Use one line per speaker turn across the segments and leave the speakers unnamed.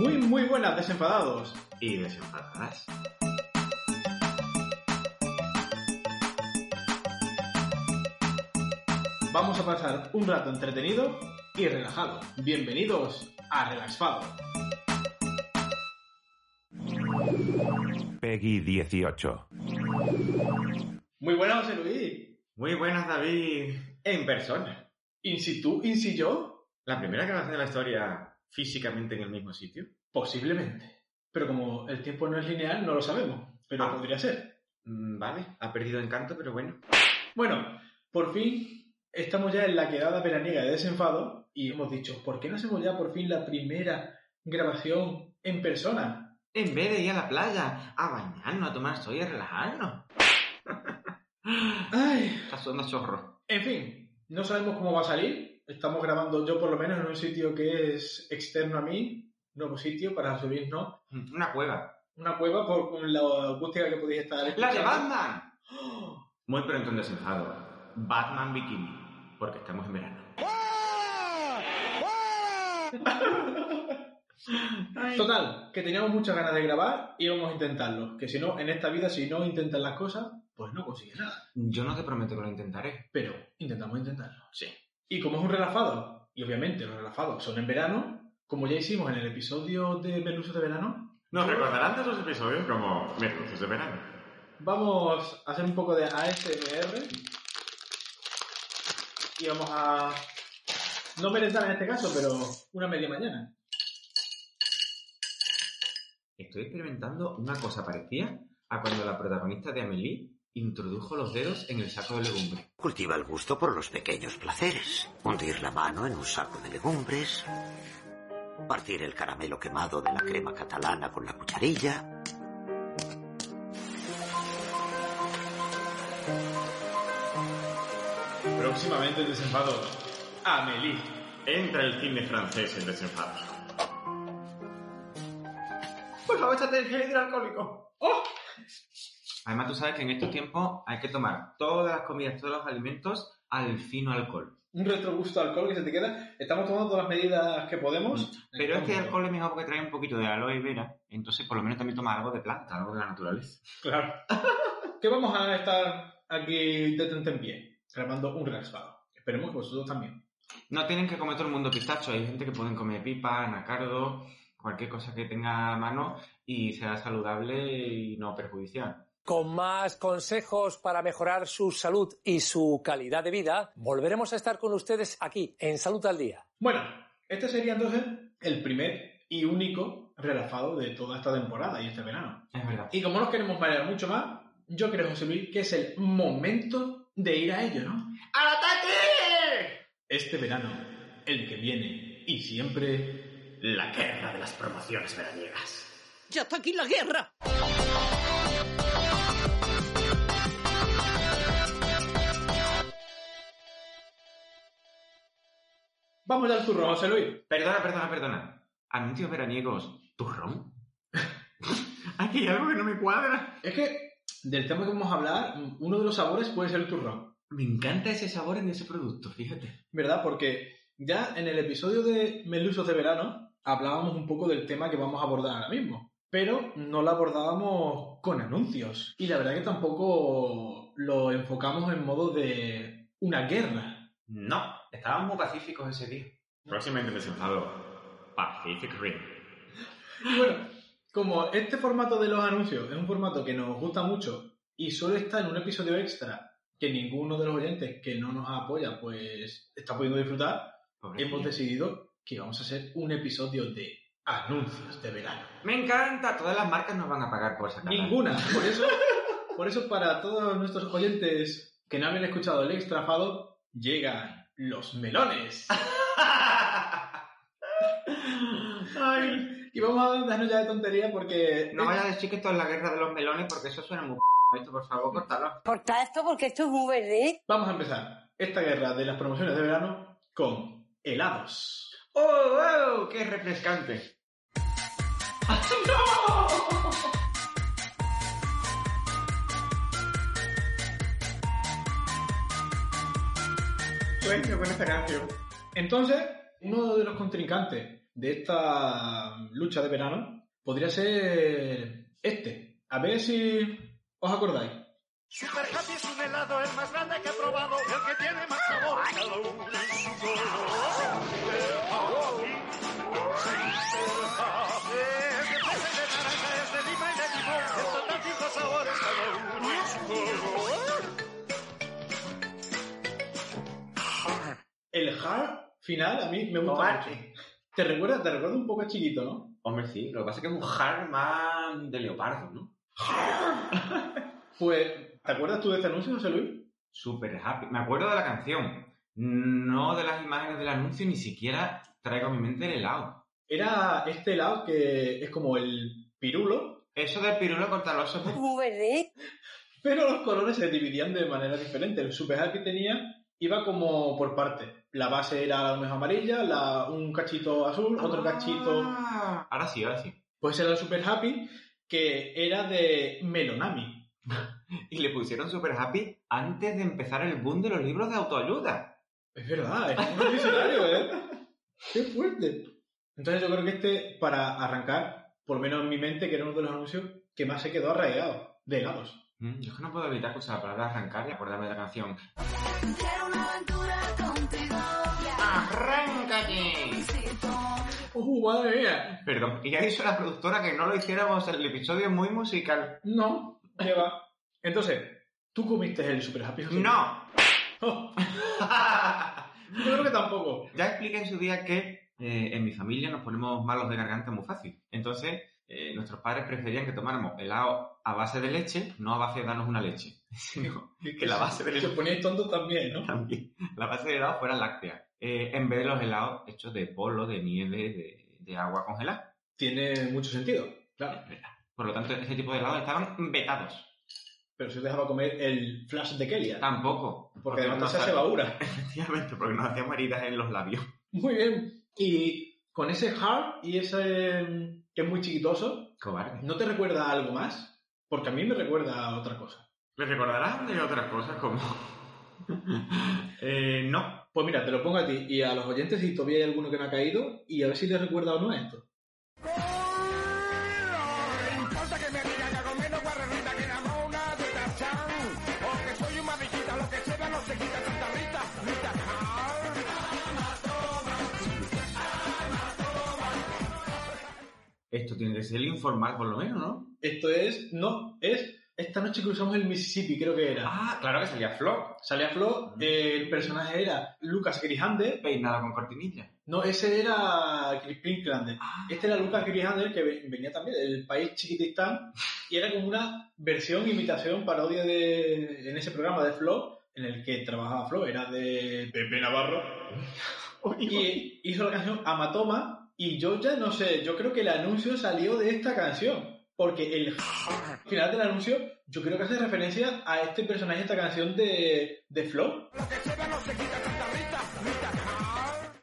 Muy, muy buenas, desenfadados.
y desenfadadas.
Vamos a pasar un rato entretenido y relajado. Bienvenidos a Relaxfado.
Peggy 18.
Muy buenas, José Luis.
Muy buenas, David. En persona.
¿In si tú, in si yo?
La primera grabación de la historia físicamente en el mismo sitio.
Posiblemente. Pero como el tiempo no es lineal, no lo sabemos. Pero
Ah.
podría ser.
Mm, Vale, ha perdido encanto, pero bueno.
Bueno, por fin estamos ya en la quedada veraniega de desenfado y hemos dicho, ¿por qué no hacemos ya por fin la primera grabación en persona?
En vez de ir a la playa, a bañarnos, a tomar sol y a relajarnos.
¡Ay!
Está sudando chorro.
En fin, no sabemos cómo va a salir. Estamos grabando yo por lo menos en un sitio que es externo a mí, nuevo sitio para subir, ¿no?
Una cueva.
Una cueva por con la acústica que podéis estar
¡La de
escuchando.
Batman! ¡Oh! Muy pronto en desenfado. Batman Bikini. Porque estamos en verano.
Total, que teníamos muchas ganas de grabar y vamos a intentarlo. Que si no, en esta vida, si no intentas las cosas, pues no consigues nada.
Yo no te prometo que lo intentaré.
Pero intentamos intentarlo.
Sí.
Y como es un relajado, y obviamente los relajados son en verano, como ya hicimos en el episodio de Meluso de Verano,
Nos recordarán de esos episodios como Merluces de verano.
Vamos a hacer un poco de ASMR. Y vamos a. No merendar en este caso, pero una media mañana.
Estoy experimentando una cosa parecida a cuando la protagonista de Amélie introdujo los dedos en el saco de legumbre.
Cultiva el gusto por los pequeños placeres. Hundir la mano en un saco de legumbres. Partir el caramelo quemado de la crema catalana con la cucharilla.
Próximamente desenfado. Amelie.
Entra el cine francés en desenfado. Por favor, échate el gel hidroalcohólico.
¡Oh!
Además, tú sabes que en estos tiempos hay que tomar todas las comidas, todos los alimentos al fino alcohol.
Un retrogusto al alcohol que se te queda. Estamos tomando todas las medidas que podemos.
Pero este alcohol es mejor porque trae un poquito de aloe vera, entonces por lo menos también toma algo de planta, algo de la naturaleza.
Claro. que vamos a estar aquí de tente en pie, grabando un rasfado. Esperemos que vosotros también.
No tienen que comer todo el mundo pistacho. Hay gente que pueden comer pipa, nacardo, cualquier cosa que tenga a mano y sea saludable y no perjudicial.
Con más consejos para mejorar su salud y su calidad de vida, volveremos a estar con ustedes aquí en Salud al Día.
Bueno, este sería entonces el primer y único relajado de toda esta temporada y este verano.
Es verdad.
Y como nos queremos marear mucho más, yo creo, José Luis, que es el momento de ir a ello, ¿no?
¡Al ataque!
Este verano, el que viene y siempre la guerra de las promociones veraniegas.
¡Ya está aquí la guerra!
Vamos al turno, José Luis.
Perdona, perdona, perdona. Anuncios veraniegos. ¿Turrón? Aquí hay algo que no me cuadra.
Es que del tema que vamos a hablar, uno de los sabores puede ser el turrón,
Me encanta ese sabor en ese producto, fíjate.
¿verdad? Porque ya en el episodio de Melusos de Verano hablábamos un poco del tema que vamos a abordar ahora mismo. Pero no lo abordábamos con anuncios. Y la verdad que tampoco lo enfocamos en modo de una guerra,
No, estábamos muy pacíficos ese día. Próximamente presentado Pacific Rim.
Y bueno, como este formato de los anuncios es un formato que nos gusta mucho y solo está en un episodio extra que ninguno de los oyentes que no nos apoya pues está pudiendo disfrutar, hemos decidido que vamos a hacer un episodio de anuncios de verano.
Me encanta, todas las marcas nos van a pagar por sacarla.
Ninguna, por eso, por eso para todos nuestros oyentes que no habían escuchado el extrafado, llegan los melones. Y vamos a darnos ya de tontería porque...
No vayas a decir que esto es la guerra de los melones porque eso suena muy p***. Esto, por favor, cortalo.
Corta esto porque esto es muy verde.
Vamos a empezar esta guerra de las promociones de verano con helados.
¡Oh, oh! ¡Qué refrescante! ¡Ah, ¡No! Sueño con esta canción.
Entonces, Uno de los contrincantes de esta lucha de verano podría ser este. A ver si os acordáis.
Super Happy es un helado, el más grande que he probado, el que tiene más sabor. Cada uno en su color. Super Happy, Super Happy. Es de fresa y de naranja, es de lima y de limón. Es de tantos sabores, cada uno en su color.
El hard final a mí me gusta
Cobarde.
mucho. Te recuerda, te recuerda un poco a Chiquito, ¿no?
Hombre, sí. Lo que pasa es que es un hard más de leopardo, ¿no?
Pues, ¿te acuerdas tú de este anuncio, José Luis?
Super happy. Me acuerdo de la canción. No de las imágenes del anuncio, ni siquiera traigo a mi mente el helado.
Era este helado que es como el pirulo,
Eso del pirulo contra los ojos.
muy verde,
pero los colores se dividían de manera diferente. El Super Happy tenía iba como por partes. La base era la nuez amarilla, la- un cachito azul, otro cachito...
Ah, Ahora sí, ahora sí.
Pues era el Super Happy que era de Melonami.
Y le pusieron super happy antes de empezar el boom de los libros de autoayuda.
Es verdad, es un visionario, ¿eh? ¡Qué fuerte! Entonces yo creo que este, para arrancar, por lo menos en mi mente, que era uno de los anuncios que más se quedó arraigado, de helados.
Mm, Yo es que no puedo evitar escuchar la palabra arrancar y acordarme de la canción. ¡Arráncate!
¡Uh, madre mía!
Perdón, y ya hizo la productora que no lo hiciéramos el episodio muy musical.
No, que va. Entonces, ¿tú comiste el Super Happy? José?
¡No!
Oh, yo creo que tampoco.
Ya expliqué en su día que eh, en mi familia nos ponemos malos de garganta muy fácil. Entonces, eh, nuestros padres preferían que tomáramos helado a base de leche, no a base de darnos una leche, sino que la base del
Te poníais tonto también, ¿no?
también la base de helado fuera láctea. Eh, en vez de los helados hechos de polo, de nieve, de, de agua congelada.
Tiene mucho sentido, claro.
Por lo tanto, ese tipo de helados estaban vetados.
Pero se os dejaba comer el flash de Kelly,
Tampoco.
porque además se
Ah,
hace
no sal-
baura.
Efectivamente, porque nos hacíamos heridas en los labios.
Muy bien. Y con ese hard y ese mm, que es muy chiquitoso,
Cobarde.
¿no te recuerda a algo más? Porque a mí me recuerda a otra cosa.
¿Le recordarás de otras cosas como...? eh, no,
Pues mira, te lo pongo a ti y a los oyentes si todavía hay alguno que no ha caído y a ver si te recuerda o no a esto.
No importa que me digan que hago menos guarrerita que la mona de Tarzán O que soy un mariquita, lo que se da no se quita Santa Rita, Rita Carl.
Esto tiene que ser informal, por lo menos, ¿no?
Esto es, no, es esta noche cruzamos el Mississippi, creo que era.
Ah, claro que salía Flo,
Salía Flo, eh, el personaje era Lucas Grisander,
peinado con cortinilla. Ah.
no, ese era Crispin Clander. Este era Lucas Grisander, que ve- venía también del país chiquitistán, y era como una versión, imitación, parodia de, en ese programa de Flo, en el que trabajaba Flo, era de Pepe Navarro. Y hizo la canción Amatoma, y yo ya no sé, yo creo que el anuncio salió de esta canción, porque el final del anuncio, yo creo que hace referencia a este personaje, esta canción de, de Flow.
O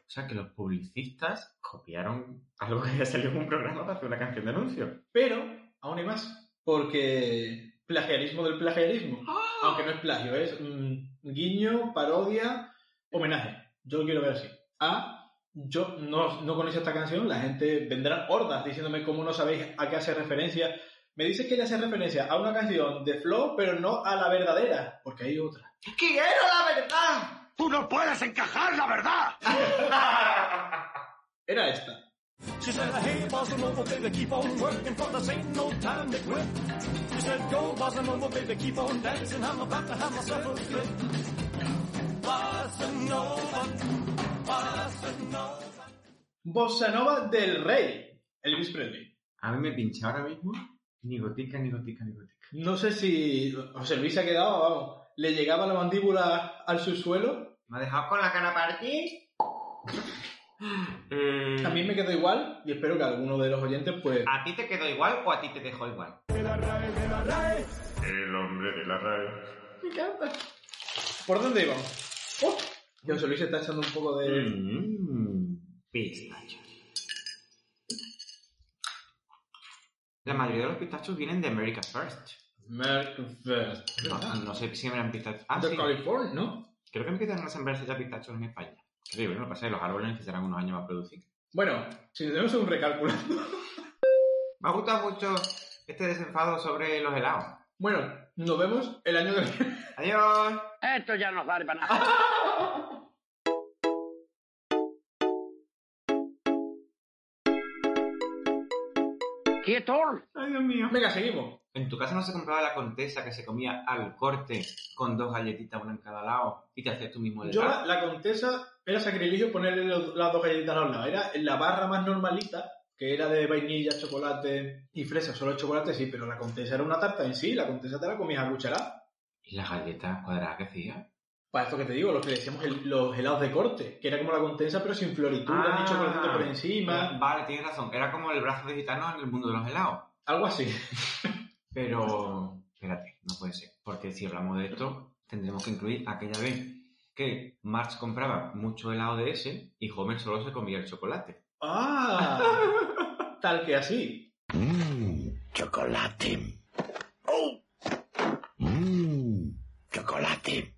sea, que los publicistas copiaron algo que ya salió en un programa para hacer una canción de anuncio.
Pero, aún hay más, porque plagiarismo del plagiarismo. Aunque no es plagio, es mm, guiño, parodia, homenaje. Yo lo quiero ver así. A, yo no, no conozco esta canción, la gente vendrá hordas diciéndome cómo no sabéis a qué hace referencia. Me dice que le hace referencia a una canción de Flow, pero no a la verdadera, porque hay otra.
¡Quiero la verdad!
¡Tú no puedes encajar la verdad!
Era esta.
She said, hey, bossa nova, baby, keep on working, for this ain't no time to quit. She said, go, bossa nova, baby, keep on dancing, I'm about to have myself a fit. Bossa nova, bossa nova.
Bossa Nova del Rey, Elvis Presley.
A mí me pincha ahora mismo. Ni gotica, ni gotica, ni gotica.
No sé si José Luis se ha quedado, vamos, le llegaba la mandíbula al subsuelo.
Me ha dejado con la cara partida. Eh,
A mí me quedó igual y espero que alguno de los oyentes pues...
¿A ti te quedó igual o a ti te dejó igual?
El hombre de la RAE.
Me encanta. ¿Por dónde íbamos? ¡Oh! Que José Luis se está echando un poco de...
Mm, pistachos. La mayoría de los pistachos vienen de America First.
Merckfest.
No, no sé si eran pistachos. Ah,
De
sí.
California, ¿no?
Creo que empiezan a sembrarse ya pistachos en España. Sí, bueno, lo que pasa es que los árboles necesitarán unos años para producir.
Bueno, si tenemos un recálculo.
Me ha gustado mucho este desenfado sobre los helados.
Bueno, nos vemos el año que viene.
Adiós.
Esto ya nos vale para nada. Quieto.
Ay, Dios mío.
Venga, seguimos.
¿En tu casa no se compraba la contesa que se comía al corte con dos galletitas, una en cada lado, y te hacías tú mismo el
Yo,
helado?
la, la contesa, era sacrilegio ponerle los- las dos galletitas al lado. Era la barra más normalita, que era de vainilla, chocolate y fresa. Solo chocolate sí, pero la contesa era una tarta en sí. La contesa te la comías a cucharada.
¿Y las galletas cuadradas que hacía?
Para esto que te digo, los que le decíamos el- los helados de corte, que era como la contesa, pero sin florituras ni chocolatito por encima.
Vale, tienes razón. Era como el brazo de gitano en el mundo de los helados.
Algo así.
Pero, espérate, no puede ser. Porque si hablamos de esto, tendremos que incluir aquella vez que Marx compraba mucho helado de ese y Homer solo se comía el chocolate.
¡Ah! Tal que así.
Mmm, chocolate. ¡Oh! Mmm, chocolate.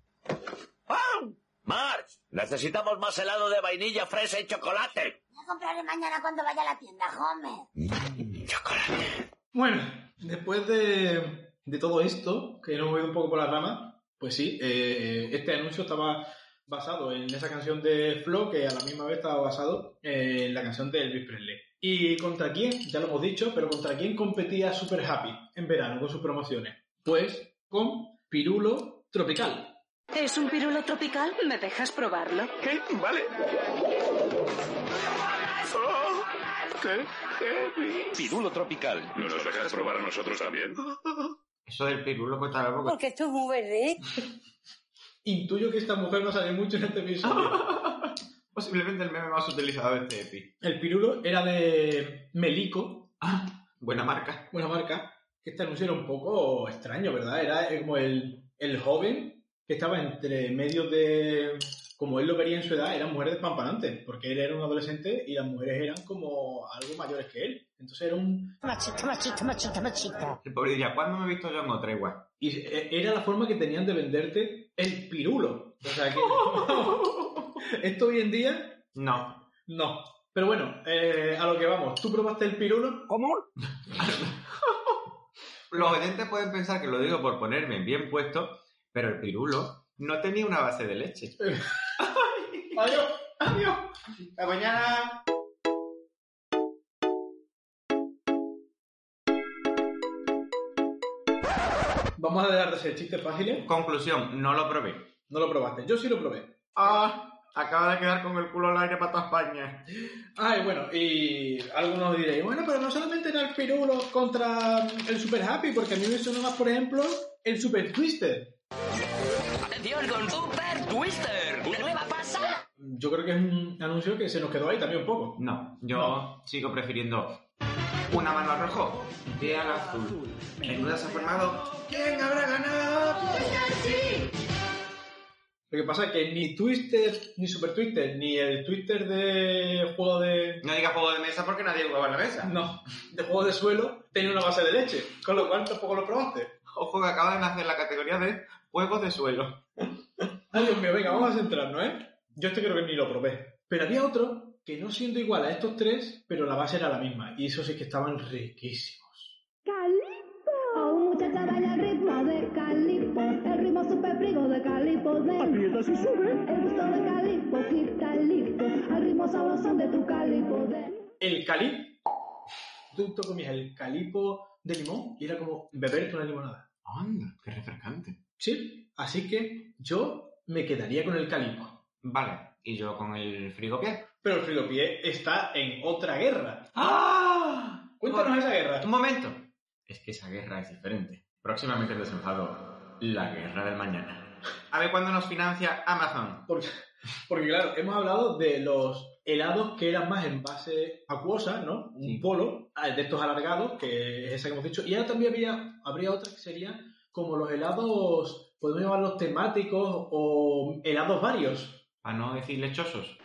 ¡Oh! March, necesitamos más helado de vainilla, fresa y chocolate.
Ya compraré mañana cuando vaya a la tienda, Homer.
Mmm, chocolate.
Bueno, después de, de todo esto, que nos hemos ido un poco por las ramas, pues sí, eh, este anuncio estaba basado en esa canción de Flo, que a la misma vez estaba basado eh, en la canción de Elvis Presley. ¿Y contra quién? Ya lo hemos dicho, pero ¿contra quién competía Super Happy en verano con sus promociones? Pues con Pirulo Tropical.
¿Es un pirulo tropical? ¿Me dejas probarlo?
¿Qué? ¿Vale? Oh, ¿Qué? ¿Qué?
Pirulo tropical.
¿No nos dejas probar a nosotros también?
Eso del pirulo costaba poco.
Porque esto es muy verde.
Intuyo que esta mujer no sale mucho en este episodio.
Posiblemente el meme más utilizado de este EPI.
El Pirulo era de Melico,
Ah, Buena marca.
una marca que este anuncio era un poco extraño, ¿verdad? Era eh, como el, el joven que estaba entre medio de... Como él lo vería en su edad, eran mujeres despampanantes, porque él era un adolescente y las mujeres eran como algo mayores que él. Entonces era un...
Machita, machita, machita, machita.
El pobre diría, ¿cuándo me he visto yo en otra igual?
Y e- era la forma que tenían de venderte el pirulo. O sea que... Esto hoy en día,
No.
no. Pero bueno, eh, a lo que vamos. ¿Tú probaste el pirulo?
¿Cómo?
Los oyentes pueden pensar que lo digo por ponerme bien puesto, pero el pirulo no tenía una base de leche.
Adiós, adiós.
¡La mañana!
Vamos a dejar de ser chistes fáciles.
Conclusión, no lo probé.
No lo probaste. Yo sí lo probé.
Ah, acaba de quedar con el culo al aire para toda España.
Ay, Ah, bueno, y algunos diréis, bueno, pero no solamente era el Pirulo contra el Super Happy, porque a mí me suena más, por ejemplo, el Super Twister.
Atención con Super Twister. Una nueva pasada.
Yo creo que es un anuncio que se nos quedó ahí también un poco.
No, yo sigo prefiriendo una mano al rojo, de al azul. En duda se ha formado. ¿Quién habrá ganado?
Lo que pasa es que ni Twister, ni Super Twister, ni el Twister de juego de...
No digas juego de mesa porque nadie jugaba en la mesa.
No, de juego de suelo, tenía una base de leche, con lo cual tampoco lo probaste.
Ojo que acaba de nacer la categoría de juegos de suelo.
Ay, Ah, Dios mío, venga, vamos a centrarnos, ¿eh? Yo este creo que ni lo probé. Pero había otro que no siendo igual a estos tres, pero la base era la misma. Y eso sí que estaban riquísimos.
Calipo, muchacha baila el ritmo de calipo, el ritmo super frigo de calipo de... Aprieta si sube. El gusto de calipo, calipo, al ritmo sabroso de tu calipo de...
El calipo. Tú te comías el calipo de limón y era como beberte una limonada.
Anda, qué refrescante.
Sí. Así que yo me quedaría con el calipo.
Vale, y yo con el frigopié.
Pero el frigopié está en otra guerra.
¡Ah!
Cuéntanos esa guerra.
Un momento. Es que esa guerra es diferente. Próximamente el desenfado. La guerra del mañana. A ver cuándo nos financia Amazon.
Porque, porque, claro, hemos hablado de los helados que eran más en base acuosa, ¿no? Un
Sí.
polo, ah, de estos alargados, que es esa que hemos dicho. Y ahora también había, habría otra que sería como los helados, podemos llamarlos temáticos o helados varios.
Para no decir lechosos.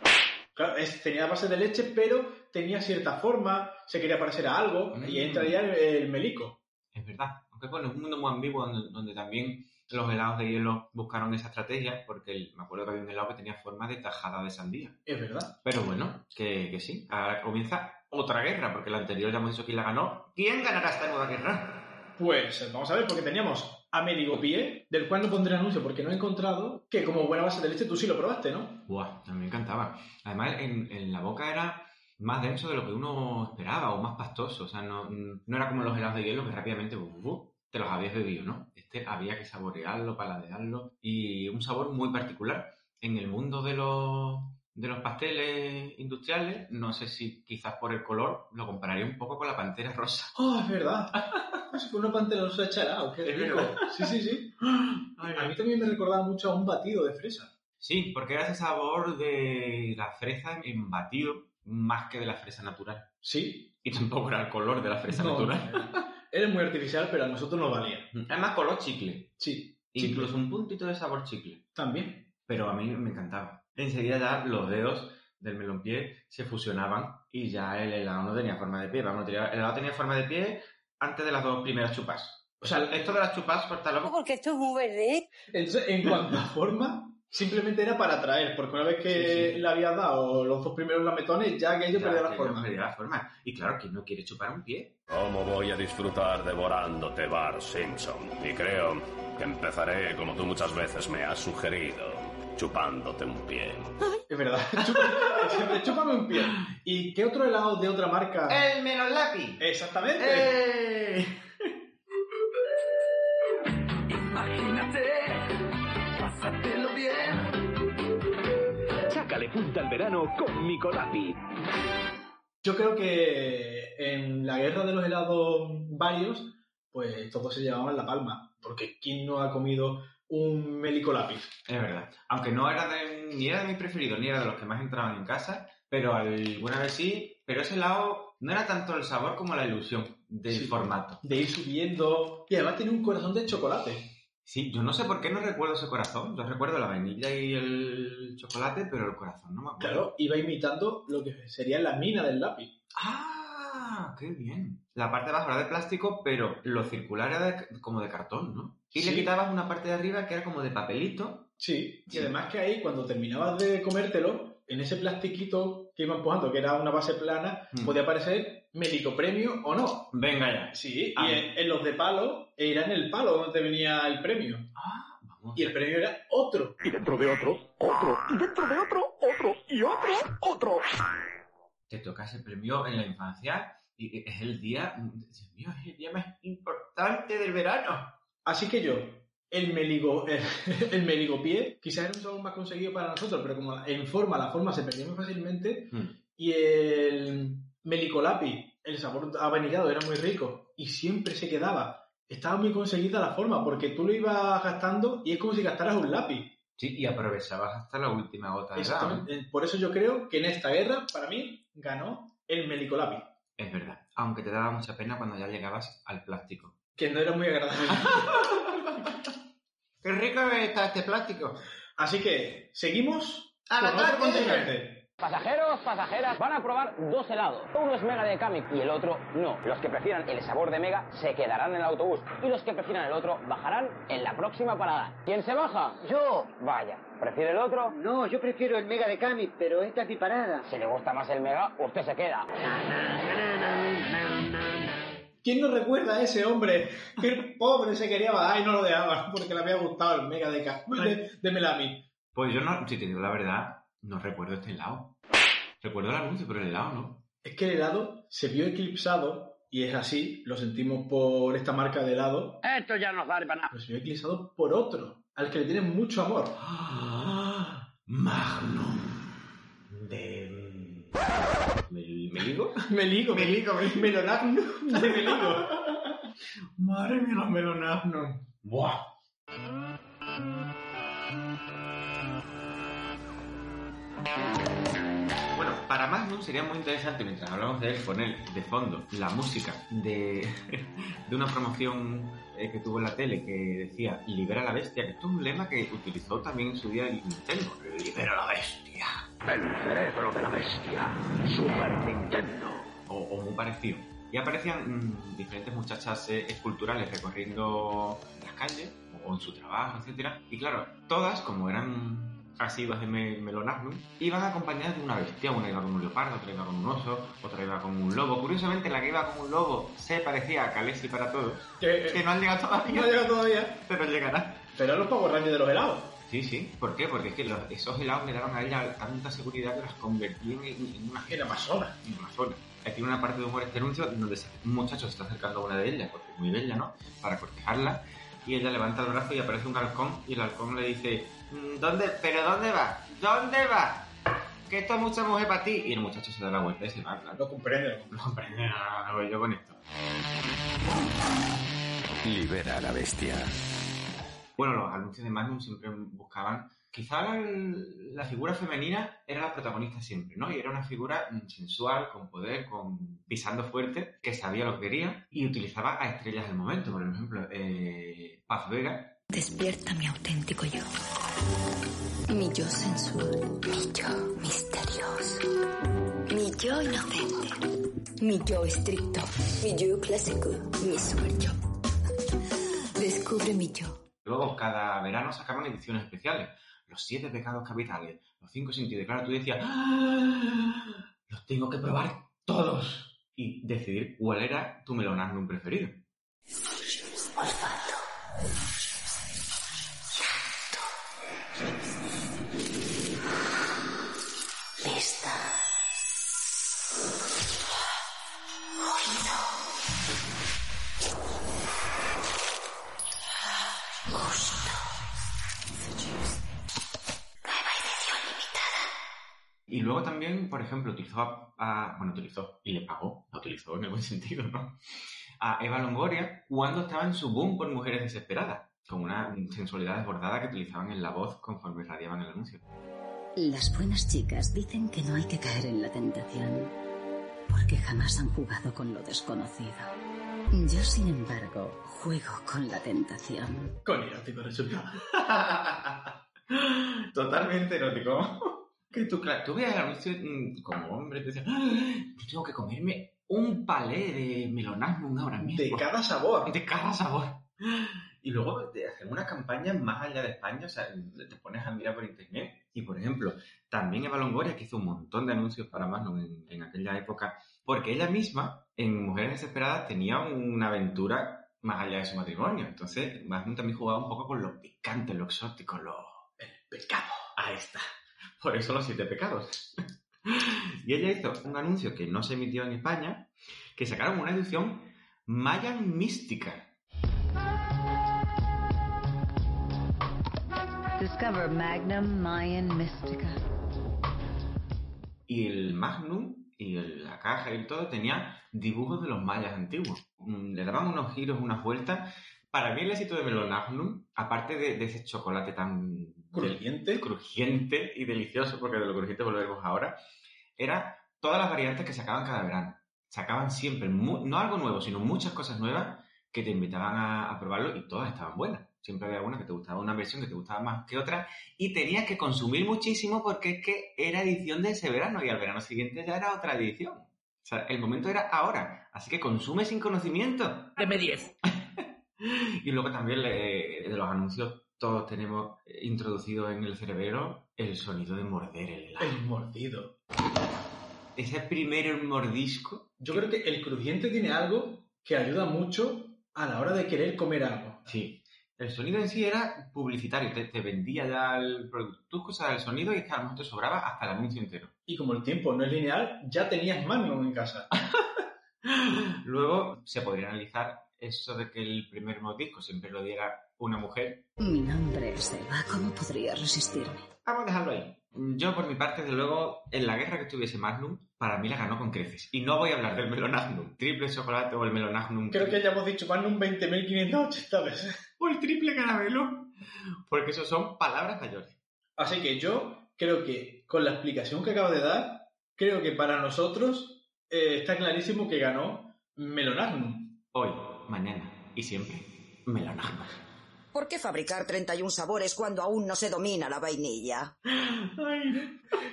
Claro, es- tenía base de leche, pero tenía cierta forma, se quería parecer a algo,
Mm.
y entraría el, el melico.
Es verdad. Aunque bueno, es un mundo muy ambiguo donde, donde también los helados de hielo buscaron esa estrategia porque el- me acuerdo que había un helado que tenía forma de tajada de sandía.
Es verdad.
Pero bueno, que, que sí, ahora comienza otra guerra porque la anterior ya hemos dicho quién la ganó. ¿Quién ganará esta nueva guerra?
Pues eh, vamos a ver, porque teníamos a Medigopié, del cual no pondré anuncio porque no he encontrado, que como buena base de leche tú sí lo probaste, ¿no?
Buah, a mí me encantaba. Además, en, en la boca era más denso de lo que uno esperaba o más pastoso. O sea, no, no era como los helados de hielo que rápidamente bu, bu, bu, te los habías bebido, ¿no? Este había que saborearlo, paladearlo y un sabor muy particular. En el mundo de los, de los pasteles industriales, no sé si quizás por el color lo compararía un poco con la pantera rosa.
Oh, es verdad. Es Ah, una pantera rosa echará, ¿o qué
Es
rico.
verdad.
Sí, sí, sí. A mí también me recordaba mucho a un batido de fresa.
Sí, porque era ese sabor de la fresa en batido más que de la fresa natural.
Sí.
Y tampoco era el color de la fresa
No,
natural.
Eres muy artificial, pero a nosotros nos valía.
Además, color chicle.
Sí.
Incluso un puntito de sabor chicle.
También.
Pero a mí me encantaba. Enseguida ya los dedos del melonpié se fusionaban y ya el helado no tenía forma de pie. Vamos, tenía- el helado tenía forma de pie antes de las dos primeras chupas. O sea, esto de las chupas, cortarlo.
Porque esto es muy verde.
Entonces, en cuanto a forma, simplemente era para atraer, porque una vez que
Sí, sí.
le habías dado los dos primeros lametones, ya aquello
ya,
perdía la
que
forma.
perdía la forma. Y claro, que no quiere chupar un pie?
¿Cómo voy a disfrutar devorándote, Bar Simpson? Y creo que empezaré, como tú muchas veces me has sugerido, chupándote un pie.
Es verdad. Chupa- Siempre chúpame un pie. ¿Y qué otro helado de otra marca?
¡El melón lápiz!
Exactamente.
¡Eh!
Imagínate, pásatelo bien.
Sácale punta al verano con Micolapi.
Yo creo que en la guerra de los helados varios, pues todos se llevaban la palma. Porque ¿quién no ha comido un melico lápiz?
Es verdad. Aunque no era de, ni era de mis preferidos, ni era de los que más entraban en casa, pero alguna vez sí. Pero ese lado no era tanto el sabor como la ilusión del
Sí.
formato.
De ir subiendo. Y además tiene un corazón de chocolate.
Sí, yo no sé por qué no recuerdo ese corazón. Yo recuerdo la vainilla y el chocolate, pero el corazón no me acuerdo.
Claro, iba imitando lo que sería la mina del lápiz.
¡Ah! ¡Qué bien! La parte de abajo era de plástico, pero lo circular era de- como de cartón, ¿no? Y le
Sí.
quitabas una parte de arriba que era como de papelito.
Sí, y
Sí.
además que ahí cuando terminabas de comértelo, en ese plastiquito que iban pujando, que era una base plana,
Mm.
podía aparecer médico premio o no.
Venga ya.
Sí,
Ah.
y en, en los de palo era en el palo donde venía el premio.
Ah, vamos.
Y el premio era otro.
Y dentro de otro, otro. Y dentro de otro, otro. Y otro, otro.
te toca ese premio en la infancia y es el día, Dios mío, es el día más importante del verano.
Así que yo, el meligo, el, meligopié, quizás era un sabor más conseguido para nosotros, pero como en forma, la forma se perdía muy fácilmente,
Mm.
y el melicolapi, el sabor avanillado era muy rico, y siempre se quedaba. Estaba muy conseguida la forma, porque tú lo ibas gastando y es como si gastaras un lápiz.
Sí, y aprovechabas hasta la última gota de agua.
Exactamente. Por eso yo creo que en esta guerra, para mí, ganó el melicolapi,
Es verdad, aunque te daba mucha pena cuando ya llegabas al plástico.
que no era muy agradable.
¡Qué rico está este plástico!
Así que, seguimos
¡Al
con otro
ataque!
contrincante.
Pasajeros, pasajeras, van a probar dos helados. Uno es Mega de Kami y el otro no. Los que prefieran el sabor de Mega se quedarán en el autobús y los que prefieran el otro bajarán en la próxima parada. ¿Quién se baja?
Yo,
Vaya, ¿prefiere el otro?
no, yo prefiero el Mega de Kami, pero esta es mi parada.
Si le gusta más el Mega, usted se queda.
¿Quién no recuerda a ese hombre? Que el pobre se quería bajar y no lo dejaba porque le había gustado el mega de, Ca- de, de Melami.
Pues yo no, si te digo la verdad, no recuerdo este helado. Recuerdo el anuncio, pero el helado no.
Es que el helado se vio eclipsado, y es así, lo sentimos por esta marca de helado,
Esto ya nos da para nada.
pero se vio eclipsado por otro, al que le tienen mucho amor.
¡Ah! Magnum de... ¿Me, me digo?
Meligo, Meligo, Melonagnum de Meligo.
Madre mía, los melonas.
No.
¡Buah! Bueno, para Magnum sería muy interesante, mientras hablamos de él, poner de fondo la música de, de una promoción eh, que tuvo en la tele que decía Libera a la bestia, que esto es un lema que utilizó también en su día el Nintendo. Libera a la bestia.
El cerebro de la bestia. Super Nintendo.
O, o muy parecido. Y aparecían mm, diferentes muchachas eh, esculturales recorriendo las calles o en su trabajo, etcétera. Y claro, todas, como eran asiduas de me- Melonagnum, iban acompañadas de una bestia. Una iba con un leopardo, otra iba con un oso, otra iba con un lobo. Curiosamente, la que iba con un lobo se parecía a Calesi para todos.
Que, eh,
que no han llegado todavía.
No ha llegado todavía.
Pero llegará.
Pero los Power Rangers de los helados.
Sí, sí. ¿Por qué? Porque es que los- esos helados le daban a ella tanta seguridad que las convertían en, en una...
En Amazonas.
En Amazonas. Aquí hay una parte de humor este anuncio donde se- un muchacho se está acercando a una de ellas, porque es muy bella, ¿no? Para cortejarla. Y ella levanta el brazo y aparece un halcón y el halcón le dice, "Mm, ¿dónde? ¿Pero dónde vas? ¿Dónde vas? Que esto es mucha mujer para ti. Y el muchacho se da la vuelta y se va. claro.
Lo comprende.
No comprende nada, no voy yo con esto.
Libera a la bestia.
Bueno, los anuncios de Magnum siempre buscaban. Quizá la, la figura femenina era la protagonista siempre, ¿no? Y era una figura mm, sensual, con poder, con pisando fuerte, que sabía lo que quería y utilizaba a estrellas del momento. Por ejemplo, eh, Paz Vega.
Despierta mi auténtico yo. Mi yo sensual. Mi yo misterioso. Mi yo inocente. Mi yo estricto. Mi yo clásico. Mi super yo. Descubre mi yo.
Luego, cada verano sacaban ediciones especiales. Los siete pecados capitales, los cinco sentidos. Y Claro, tú decías, "Ah, los tengo que probar todos. Y decidir cuál era tu melonagnum preferido.
Olfato. Llanto. Vista. Oído. Gusto. Nueva edición limitada.
Y luego también, por ejemplo, utilizó a, a- Bueno, utilizó y le pagó, la utilizó en el buen sentido, ¿no? A Eva Longoria cuando estaba en su boom por mujeres desesperadas, con una sensualidad desbordada que utilizaban en la voz conforme radiaban el anuncio.
Las buenas chicas dicen que no hay que caer en la tentación, porque jamás han jugado con lo desconocido. Yo, sin embargo, juego con la tentación.
Con erótico resulta.
Totalmente erótico. que tú, claro, tú veas el anuncio mm, como hombre, te dices, "Ah, yo tengo que comerme un palé de melonagnum ahora mismo.
De cada sabor.
De cada sabor. Y luego de hacer una campaña más allá de España, o sea, te pones a mirar por internet. Y por ejemplo, también Eva Longoria, que hizo un montón de anuncios para Magnum en, en aquella época, porque ella misma, en Mujeres Desesperadas, tenía una aventura más allá de su matrimonio. Entonces, Magnum también jugaba un poco con lo picante, lo exótico, lo. El pecado. Ahí está. Por eso los siete pecados. y ella hizo un anuncio que no se emitió en España, que sacaron una edición Mayan Mística.
Discover Magnum Mayan Mystica.
Y el Magnum y el- la caja y todo tenía dibujos de los mayas antiguos. Mm, Le daban unos giros, unas vueltas. Para mí el éxito de Melonagnum, aparte de, de ese chocolate tan... Crujiente. Crujiente y delicioso, porque de lo crujiente volvemos ahora, era todas las variantes que sacaban cada verano. Sacaban siempre, mu- no algo nuevo, sino muchas cosas nuevas que te invitaban a, a probarlo y todas estaban buenas. Siempre había una que te gustaba, una versión que te gustaba más que otra y tenías que consumir muchísimo porque es que era edición de ese verano y al verano siguiente ya era otra edición. O sea, el momento era ahora, así que consume sin conocimiento. Deme 10. y luego también eh, de los anuncios todos tenemos eh, introducido en el cerebro el sonido de morder el helado.
El mordido.
Ese primero mordisco.
Yo creo que el crujiente tiene algo que ayuda mucho a la hora de querer comer algo.
Sí. El sonido en sí era publicitario, te, te vendía ya el producto, tú escuchabas el sonido y es que a lo mejor te sobraba hasta el anuncio entero.
Y como el tiempo no es lineal, ya tenías Magnum en casa.
Luego se podría analizar eso de que el primer mordisco siempre lo diera una mujer.
Mi nombre es Eva, ¿cómo podría resistirme?
Vamos a dejarlo ahí. Yo, por mi parte, desde luego, en la guerra que tuviese Magnum, para mí la ganó con creces. Y no voy a hablar del melonagnum, triple chocolate o el melonagnum.
Creo que ya hemos dicho Magnum 20.580 veces.
O el triple caramelo. Porque eso son palabras mayores.
Así que yo creo que con la explicación que acabo de dar, creo que para nosotros eh, está clarísimo que ganó Melonagnum.
Hoy, mañana y siempre, melonagnum.
¿Por qué fabricar 31 sabores cuando aún no se domina la vainilla?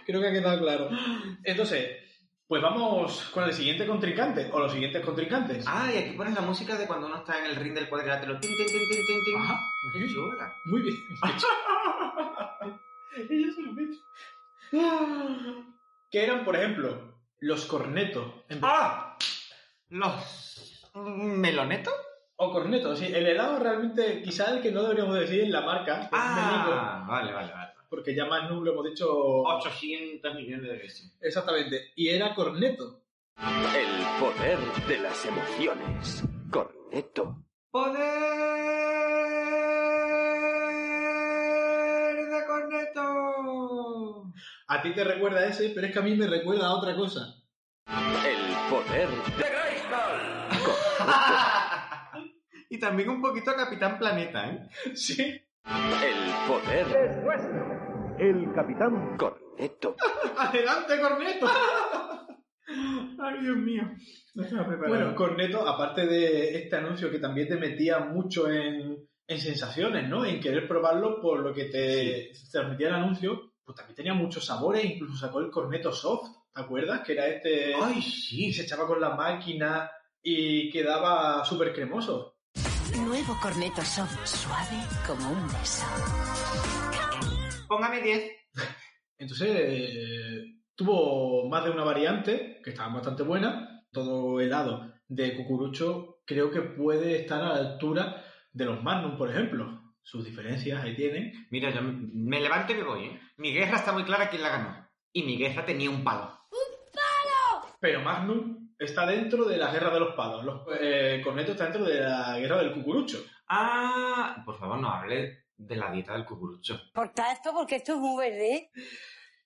Creo que ha quedado claro. Entonces, Pues vamos con el siguiente contrincante, o los siguientes contrincantes.
Ah, y aquí pones la música de cuando uno está en el ring del cuadrilátero. Tin, tin, tin, tin, tin, tin.
Ajá,
Qué chula.
muy bien. Ellos lo meten. que eran, por ejemplo, los cornetos.
¡Ah! Los melonetos.
O cornetos, sí. El helado realmente, quizá el que no deberíamos decir la marca. porque es de Nico,
Ah, vale, vale, vale.
Porque ya más no lo hemos dicho
800 millones de veces.
exactamente. Y era corneto.
El poder de las emociones. Corneto.
¡Poder de corneto!
A ti te recuerda ese, pero es que a mí me recuerda a otra cosa.
El poder de
y también un poquito a Capitán Planeta, ¿eh?
Sí.
El poder
Es nuestro. El capitán.
Corneto.
¡Adelante, corneto!
Ay, Dios mío. Bueno, Corneto, aparte de este anuncio que también te metía mucho en, en sensaciones, ¿no? En querer probarlo por lo que te te transmitía el anuncio, pues también tenía muchos sabores, incluso sacó el Corneto Soft, ¿te acuerdas? Que era este...
¡Ay,
Y
sí!
se echaba con la máquina y quedaba súper cremoso.
Nuevo corneto soft, suave como un beso.
Póngame 10.
Entonces, eh, tuvo más de una variante, que estaba bastante buena. Todo helado de cucurucho creo que puede estar a la altura de los Magnum, por ejemplo. Sus diferencias ahí tienen.
Mira, yo me- me levanto y me voy, ¿eh? Mi guerra está muy clara quién la ganó. Y mi guerra tenía un palo.
Pero Magnum está dentro de la guerra de los palos. Los, eh, Corneto está dentro de la guerra del cucurucho.
Ah, por favor, no hable de la dieta del cucurucho.
Corta esto porque esto es muy verde.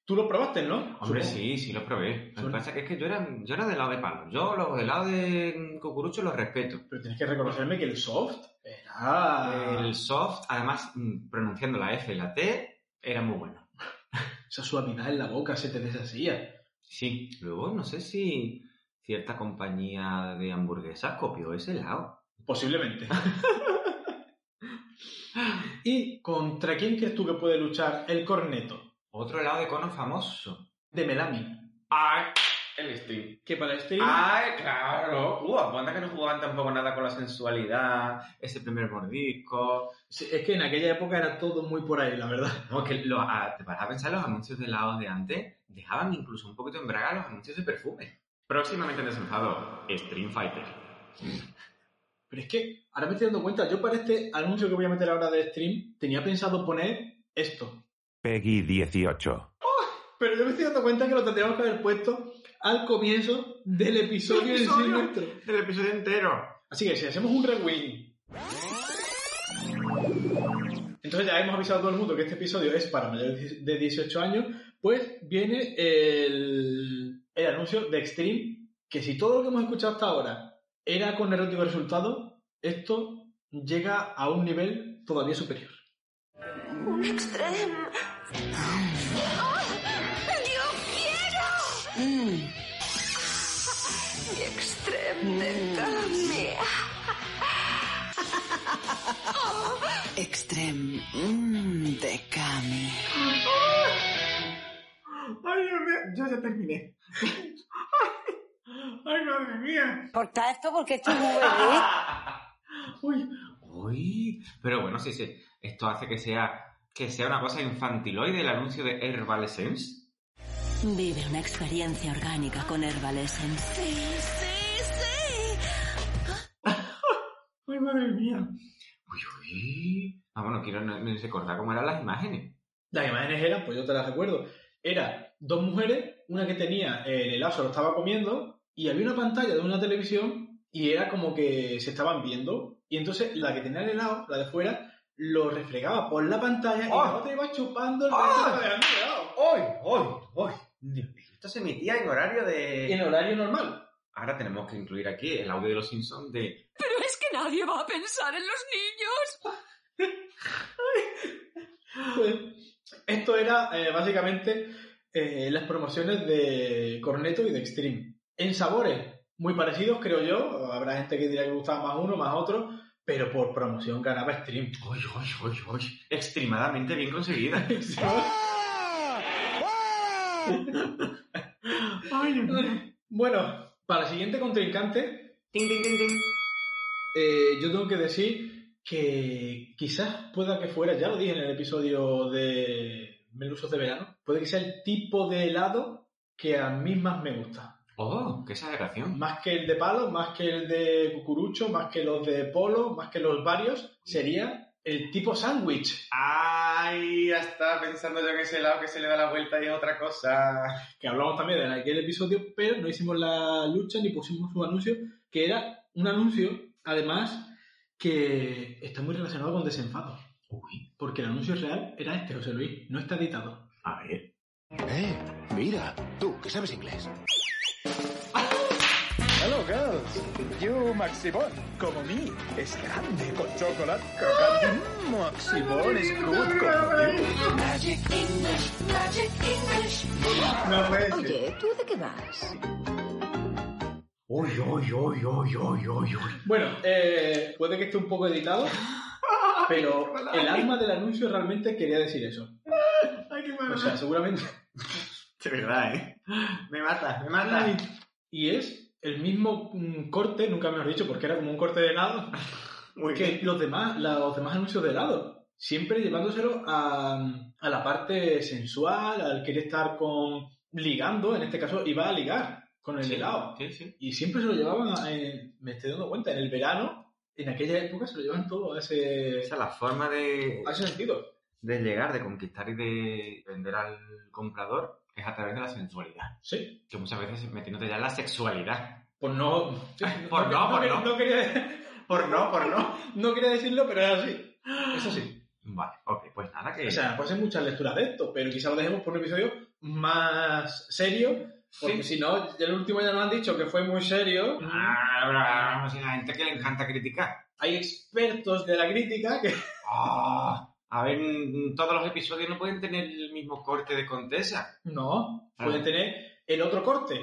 Tú lo probaste, ¿no? Supongo.
Hombre, sí, sí lo probé. Lo que
Supongo.
pasa es que yo era, yo era de helado de palo. Yo los helados de cucurucho los respeto.
Pero tienes que reconocerme que el soft era...
El soft, además, mm, pronunciando la F y la T, era muy bueno.
Esa suavidad en la boca se te deshacía.
Sí, luego no sé si cierta compañía de hamburguesas copió ese helado.
Posiblemente. ¿Y contra quién crees tú que puede luchar el corneto?
Otro helado de cono famoso.
De Melami.
¡Ay! El Steam.
Que para este
¡Ay, claro! ¡Uh! Banda que no jugaban tampoco nada con la sensualidad, ese primer mordisco.
Sí, es que en aquella época era todo muy por ahí, la verdad.
No, que lo, a- te paras a pensar, los anuncios de helados de antes dejaban incluso un poquito en braga los anuncios de perfume. Próximamente en desenfado, Stream Fighter.
Pero es que ahora me estoy dando cuenta, yo para este anuncio que voy a meter ahora de stream tenía pensado poner esto.
Peggy 18.
Pero yo me estoy dando cuenta que lo tendríamos que haber puesto al comienzo del episodio, en sí
¿Episodio?
nuestro.
Del episodio entero.
Así que si hacemos un rewind. Entonces ya hemos avisado a todo el mundo que este episodio es para mayores de 18 años. Pues viene el, el anuncio de Extreme. Que si todo lo que hemos escuchado hasta ahora era con erótico resultado, esto llega a un nivel todavía superior.
Extreme. ¡Yo quiero! Mi extreme tentarme.
Extreme mm, de Cami.
Ay, Dios mío, yo ya terminé. Ay, madre mía.
Corta esto porque esto es muy verde.
Uy,
Uy, pero bueno, sí, sí. Esto hace que sea, que sea una cosa infantiloide el anuncio de Herbal Essence.
Vive una experiencia orgánica con Herbal Essence. Sí, sí, sí.
ay, madre mía.
Uy, uy. Ah, bueno, quiero no, no recordar cómo eran las imágenes.
Las imágenes eran, pues yo te las recuerdo, era dos mujeres, una que tenía eh, el helado, se lo estaba comiendo, y había una pantalla de una televisión y era como que se estaban viendo, y entonces la que tenía el helado, la de fuera, lo refregaba por la pantalla
¡Oh!
y la otra iba chupando el
¡Oh!
resto de la del helado.
¡Hoy! ¡Hoy! ¡Hoy! Esto se emitía en horario de...
En horario normal.
Ahora tenemos que incluir aquí el audio de los Simpsons de...
Pero es que nadie va a pensar en los niños.
Pues, esto era eh, básicamente eh, las promociones de Corneto y de Extreme. En sabores, muy parecidos, creo yo. Habrá gente que dirá que gustaba más uno, más otro, pero por promoción ganaba Extreme.
¡Hoy, hoy, hoy, hoy! Extremadamente bien conseguida.
Ay, Dios mío. Bueno, para el siguiente contrincante, eh, yo tengo que decir que quizás pueda que fuera, ya lo dije en el episodio de Melusos de Verano, puede que sea el tipo de helado que a mí más me gusta.
Oh, qué exageración.
Más que el de palo, más que el de cucurucho, más que los de polo, más que los varios, sería el tipo sándwich.
Ay, ya está pensando yo que ese lado que se le da la vuelta y es otra cosa.
que hablamos también en aquel episodio, pero no hicimos la lucha ni pusimos su anuncio, que era un anuncio, además, que está muy relacionado con desenfado.
Uy.
Porque el anuncio real era este, José Luis, no está editado.
A ver.
Eh, mira, tú que sabes inglés.
Hello girls, you Maximón, como mí, es grande con chocolate cacao. Mm, Maximón es good como you.
Magic English, Magic English.
No puede ser.
Oye, ¿tú de qué vas?
Uy, uy, uy, uy, uy, uy, uy.
Bueno, eh, puede que esté un poco editado, pero el alma del anuncio realmente quería decir eso.
Ay, qué
O sea, seguramente.
De verdad, ¿eh? Me mata, me mata.
Ay, Y es el mismo mm, corte, nunca mejor dicho, porque era como un corte de helado,
Muy
que los demás, la- los demás anuncios de helado. Siempre llevándoselo a, a la parte sensual, al querer estar con ligando, en este caso iba a ligar con el
Sí,
helado.
Sí, sí.
Y siempre se lo llevaban, a- en- me estoy dando cuenta, en el verano, en aquella época se lo llevan todo a ese,
Esa es la forma de,
a ese sentido.
de llegar, de conquistar y de vender al comprador es a través de la sensualidad.
Sí,
Que muchas veces metiéndote ya en la sexualidad.
por no...
Por no, por no.
no quería,
Por no, por no.
no quería decirlo, pero era así. Eso sí.
Vale, ok, pues nada, que.
O sea, puede ser muchas lecturas de esto, pero quizá lo dejemos por un episodio más serio, porque si no, ya el último ya nos han dicho que fue muy serio.
Ah, pero vamos, la gente que le encanta criticar.
Hay expertos de la crítica que...
Ah, a ver, mm, todos los episodios no pueden tener el mismo corte de contesa.
No,
Ah.
pueden tener el otro corte.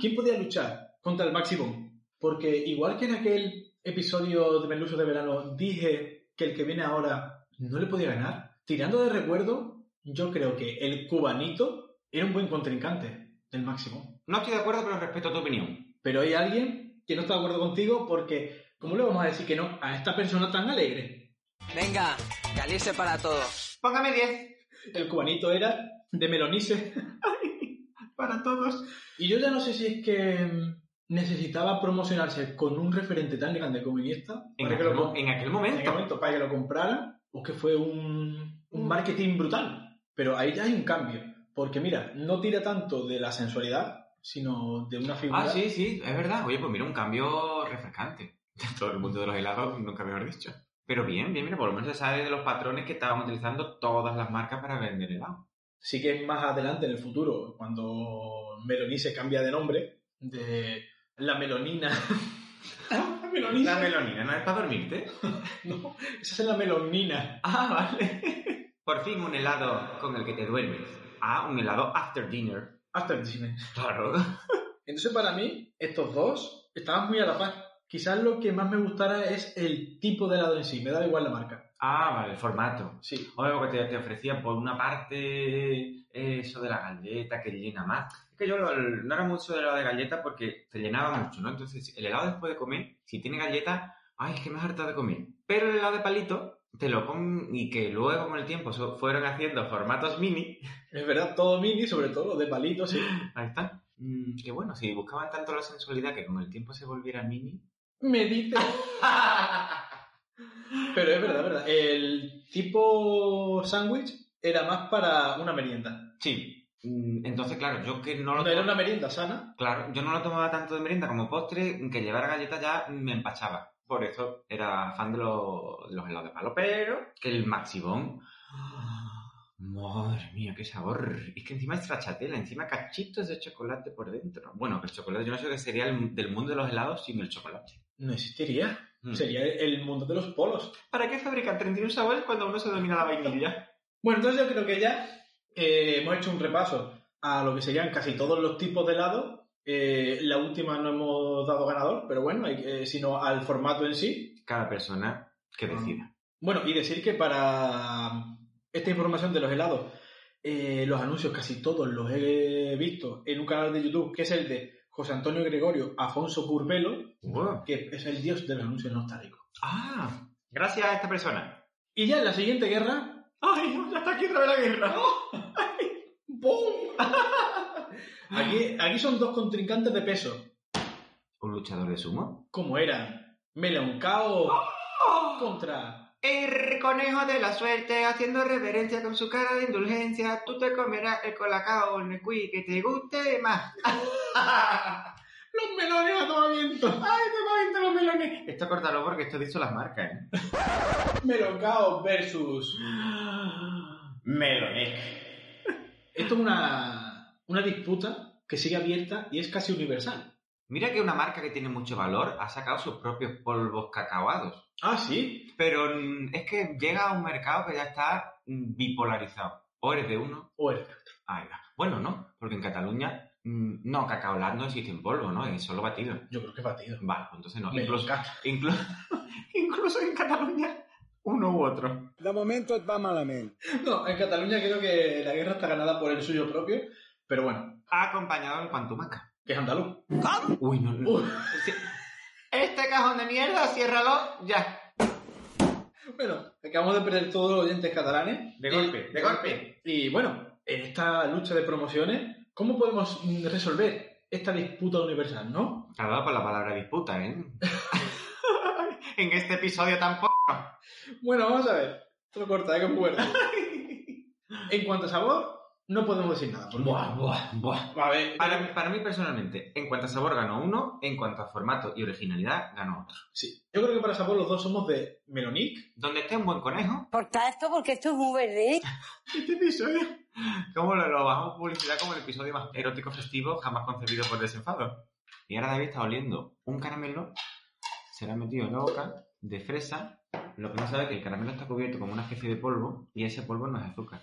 ¿Quién podía luchar contra el Maximum? Porque igual que en aquel episodio de Meluso de Verano dije que el que viene ahora no le podía ganar, tirando de recuerdo, yo creo que el cubanito era un buen contrincante del Maximum.
No estoy de acuerdo, pero respeto tu opinión.
pero hay alguien que no está de acuerdo contigo porque, ¿cómo le vamos a decir que no a esta persona tan alegre?
Venga, calice para todos.
Póngame 10.
El cubanito era de Melonice
Para todos.
y yo ya no sé si es que mm, necesitaba promocionarse con un referente tan grande como Iniesta
En
para que lo
aquel, mo-
com-
en aquel
en aquel
momento.
momento para que lo comprara o que fue un, un marketing brutal. Pero ahí ya hay un cambio porque mira, no tira tanto de la sensualidad sino de una figura
Ah, sí, sí, es verdad. Oye, pues mira, un cambio refrescante. Todo el mundo de los helados, nunca mejor dicho. Pero bien, bien, mira, por lo menos se sabe de los patrones que estaban utilizando todas las marcas para vender helado.
sí que es más adelante en el futuro, cuando Melonice cambia de nombre, de la melonina. la melonice.
La melonina, ¿no es para dormirte?
No, esa es la melonina.
Ah, vale. Por fin un helado con el que te duermes. Ah, un helado after dinner.
After Disney.
Claro.
Entonces, para mí, estos dos estaban muy a la par. Quizás lo que más me gustara es el tipo de helado en sí, me da igual la marca.
Ah, vale, el formato.
Sí.
Oye, porque te, te ofrecía por una parte eso de la galleta que llena más. Es que yo lo- no era mucho de helado de galleta porque te llenaba mucho, ¿no? Entonces, el helado después de comer, si tiene galleta, ay, es que me has hartado de comer. Pero el helado de palito, te lo ponen y que luego con el tiempo so- fueron haciendo formatos mini.
Es verdad, todo mini, sobre todo de palitos, sí.
Ahí está. Mm, que bueno, si buscaban tanto la sensualidad que con el tiempo se volviera mini.
Me dice. Pero es verdad, es verdad. El tipo sándwich era más para una merienda.
Sí. Mm, Entonces, claro, yo que no lo
No era una merienda sana,
Claro, yo no lo tomaba tanto de merienda como postre, que llevar galletas ya me empachaba. Por eso era fan de, lo- de los helados de palo. Pero el maxibón. Madre mía, qué sabor. Es que encima es stracciatella, encima cachitos de chocolate por dentro. Bueno, el chocolate, yo no sé qué sería el- del mundo de los helados sin el chocolate.
No existiría.
Mm.
Sería el mundo de los polos.
¿Para qué fabrican 31 sabores cuando uno se domina la vainilla?
Bueno, entonces yo creo que ya eh, hemos hecho un repaso a lo que serían casi todos los tipos de helado. Eh, la última no hemos dado ganador, pero bueno, hay que- sino al formato en sí.
Cada persona
Ah.
que decida.
Bueno, y decir que para esta información de los helados, eh, los anuncios casi todos los he visto en un canal de YouTube que es el de José Antonio Gregorio Afonso Curbelo,
Wow.
que es el dios de los anuncios nostálgicos.
Ah, gracias a esta persona.
Y ya en la siguiente guerra.
¡Ay, ya está aquí otra vez la guerra!
¡Bum! aquí, aquí son dos contrincantes de peso.
¿Un luchador de sumo?
Como eran Meleoncao contra.
¡Oh! El conejo de la suerte haciendo reverencia con su cara de indulgencia. Tú te comerás el colacao o el necuí que te guste más.
¡Los melones a todo viento!
¡Ay, te voy los melones! Esto cortalo porque esto dicho las marcas, ¿eh?
Meleoncao versus.
Melonec.
Esto es una, una disputa que sigue abierta y es casi universal.
Mira que una marca que tiene mucho valor ha sacado sus propios polvos cacaoados.
Ah, sí.
Pero mm, es que llega a un mercado que ya está mm, bipolarizado. O eres de uno,
O el-
ahí va. Bueno, no, porque en Cataluña, mm, no, cacaoland no existe en polvo, ¿no? Es solo batido.
Yo creo que es batido.
Vale, pues entonces no. Incluso,
Meleoncao.
incluso, incluso en Cataluña, uno u otro.
De momento va malamente.
No, en Cataluña creo que la guerra está ganada por el suyo propio, pero bueno,
Ha acompañado el Pantumaca.
que es andaluz.
Uy, no, no.
Uy,
Sí. Este cajón de mierda, ciérralo ya.
bueno, acabamos de perder todos los oyentes catalanes.
De
Y-
golpe, de golpe.
Y bueno, en esta lucha de promociones, ¿cómo podemos mm, resolver esta disputa universal, no?
Te ha dado por la palabra disputa, ¿eh? en este episodio tampoco.
Bueno, vamos a ver. Esto lo corta, ¿eh? que es fuerte. en cuanto a sabor, no podemos decir nada. porque-
Buah, buah, buah.
A ver,
Para, para mí personalmente, en cuanto a sabor ganó uno, en cuanto a formato y originalidad ganó otro.
sí. Yo creo que para sabor los dos somos de Melonic.
Donde esté un buen conejo,
Corta esto porque esto es muy verde.
este episodio, como lo, lo bajamos publicidad como el episodio más erótico festivo jamás concebido por desenfado. Y ahora David está oliendo un caramelo, se lo ha metido en la boca, de fresa, lo que no sabe es que el caramelo está cubierto como una especie de polvo y ese polvo no es azúcar.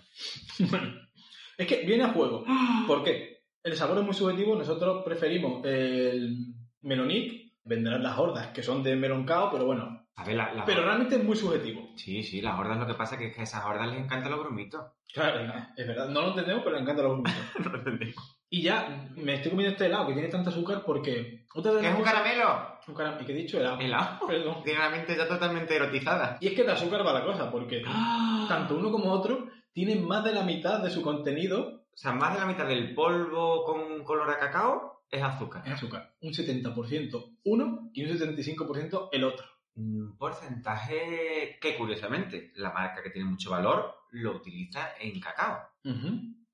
Es que viene a juego. ¿Por qué? El sabor es muy subjetivo. Nosotros preferimos el Melonic. Venderán las hordas, que son de meloncao, pero bueno.
A ver, la, la-
Pero realmente es muy subjetivo.
Sí, sí, las hordas lo que pasa que es que a esas hordas les encantan los grumitos.
Claro, Ah, es verdad. No lo entendemos, pero le encantan los grumitos.
No lo entendemos.
Y ya me estoy comiendo este helado que tiene tanto azúcar porque. Otra de
¡Es
las
un
cosas-
caramelo!
un caram- ¿Y qué he dicho? Helado.
Helado.
Perdón.
Tiene la mente ya totalmente erotizada.
Y es que de azúcar va la cosa, porque
¡Ah!
tanto uno como otro tienen más de la mitad de su contenido
O sea, más de la mitad del polvo con color a cacao es azúcar.
en azúcar. Un 70% uno y un 75% el otro.
Un porcentaje que, curiosamente, la marca que tiene mucho valor lo utiliza en cacao.
Ujú.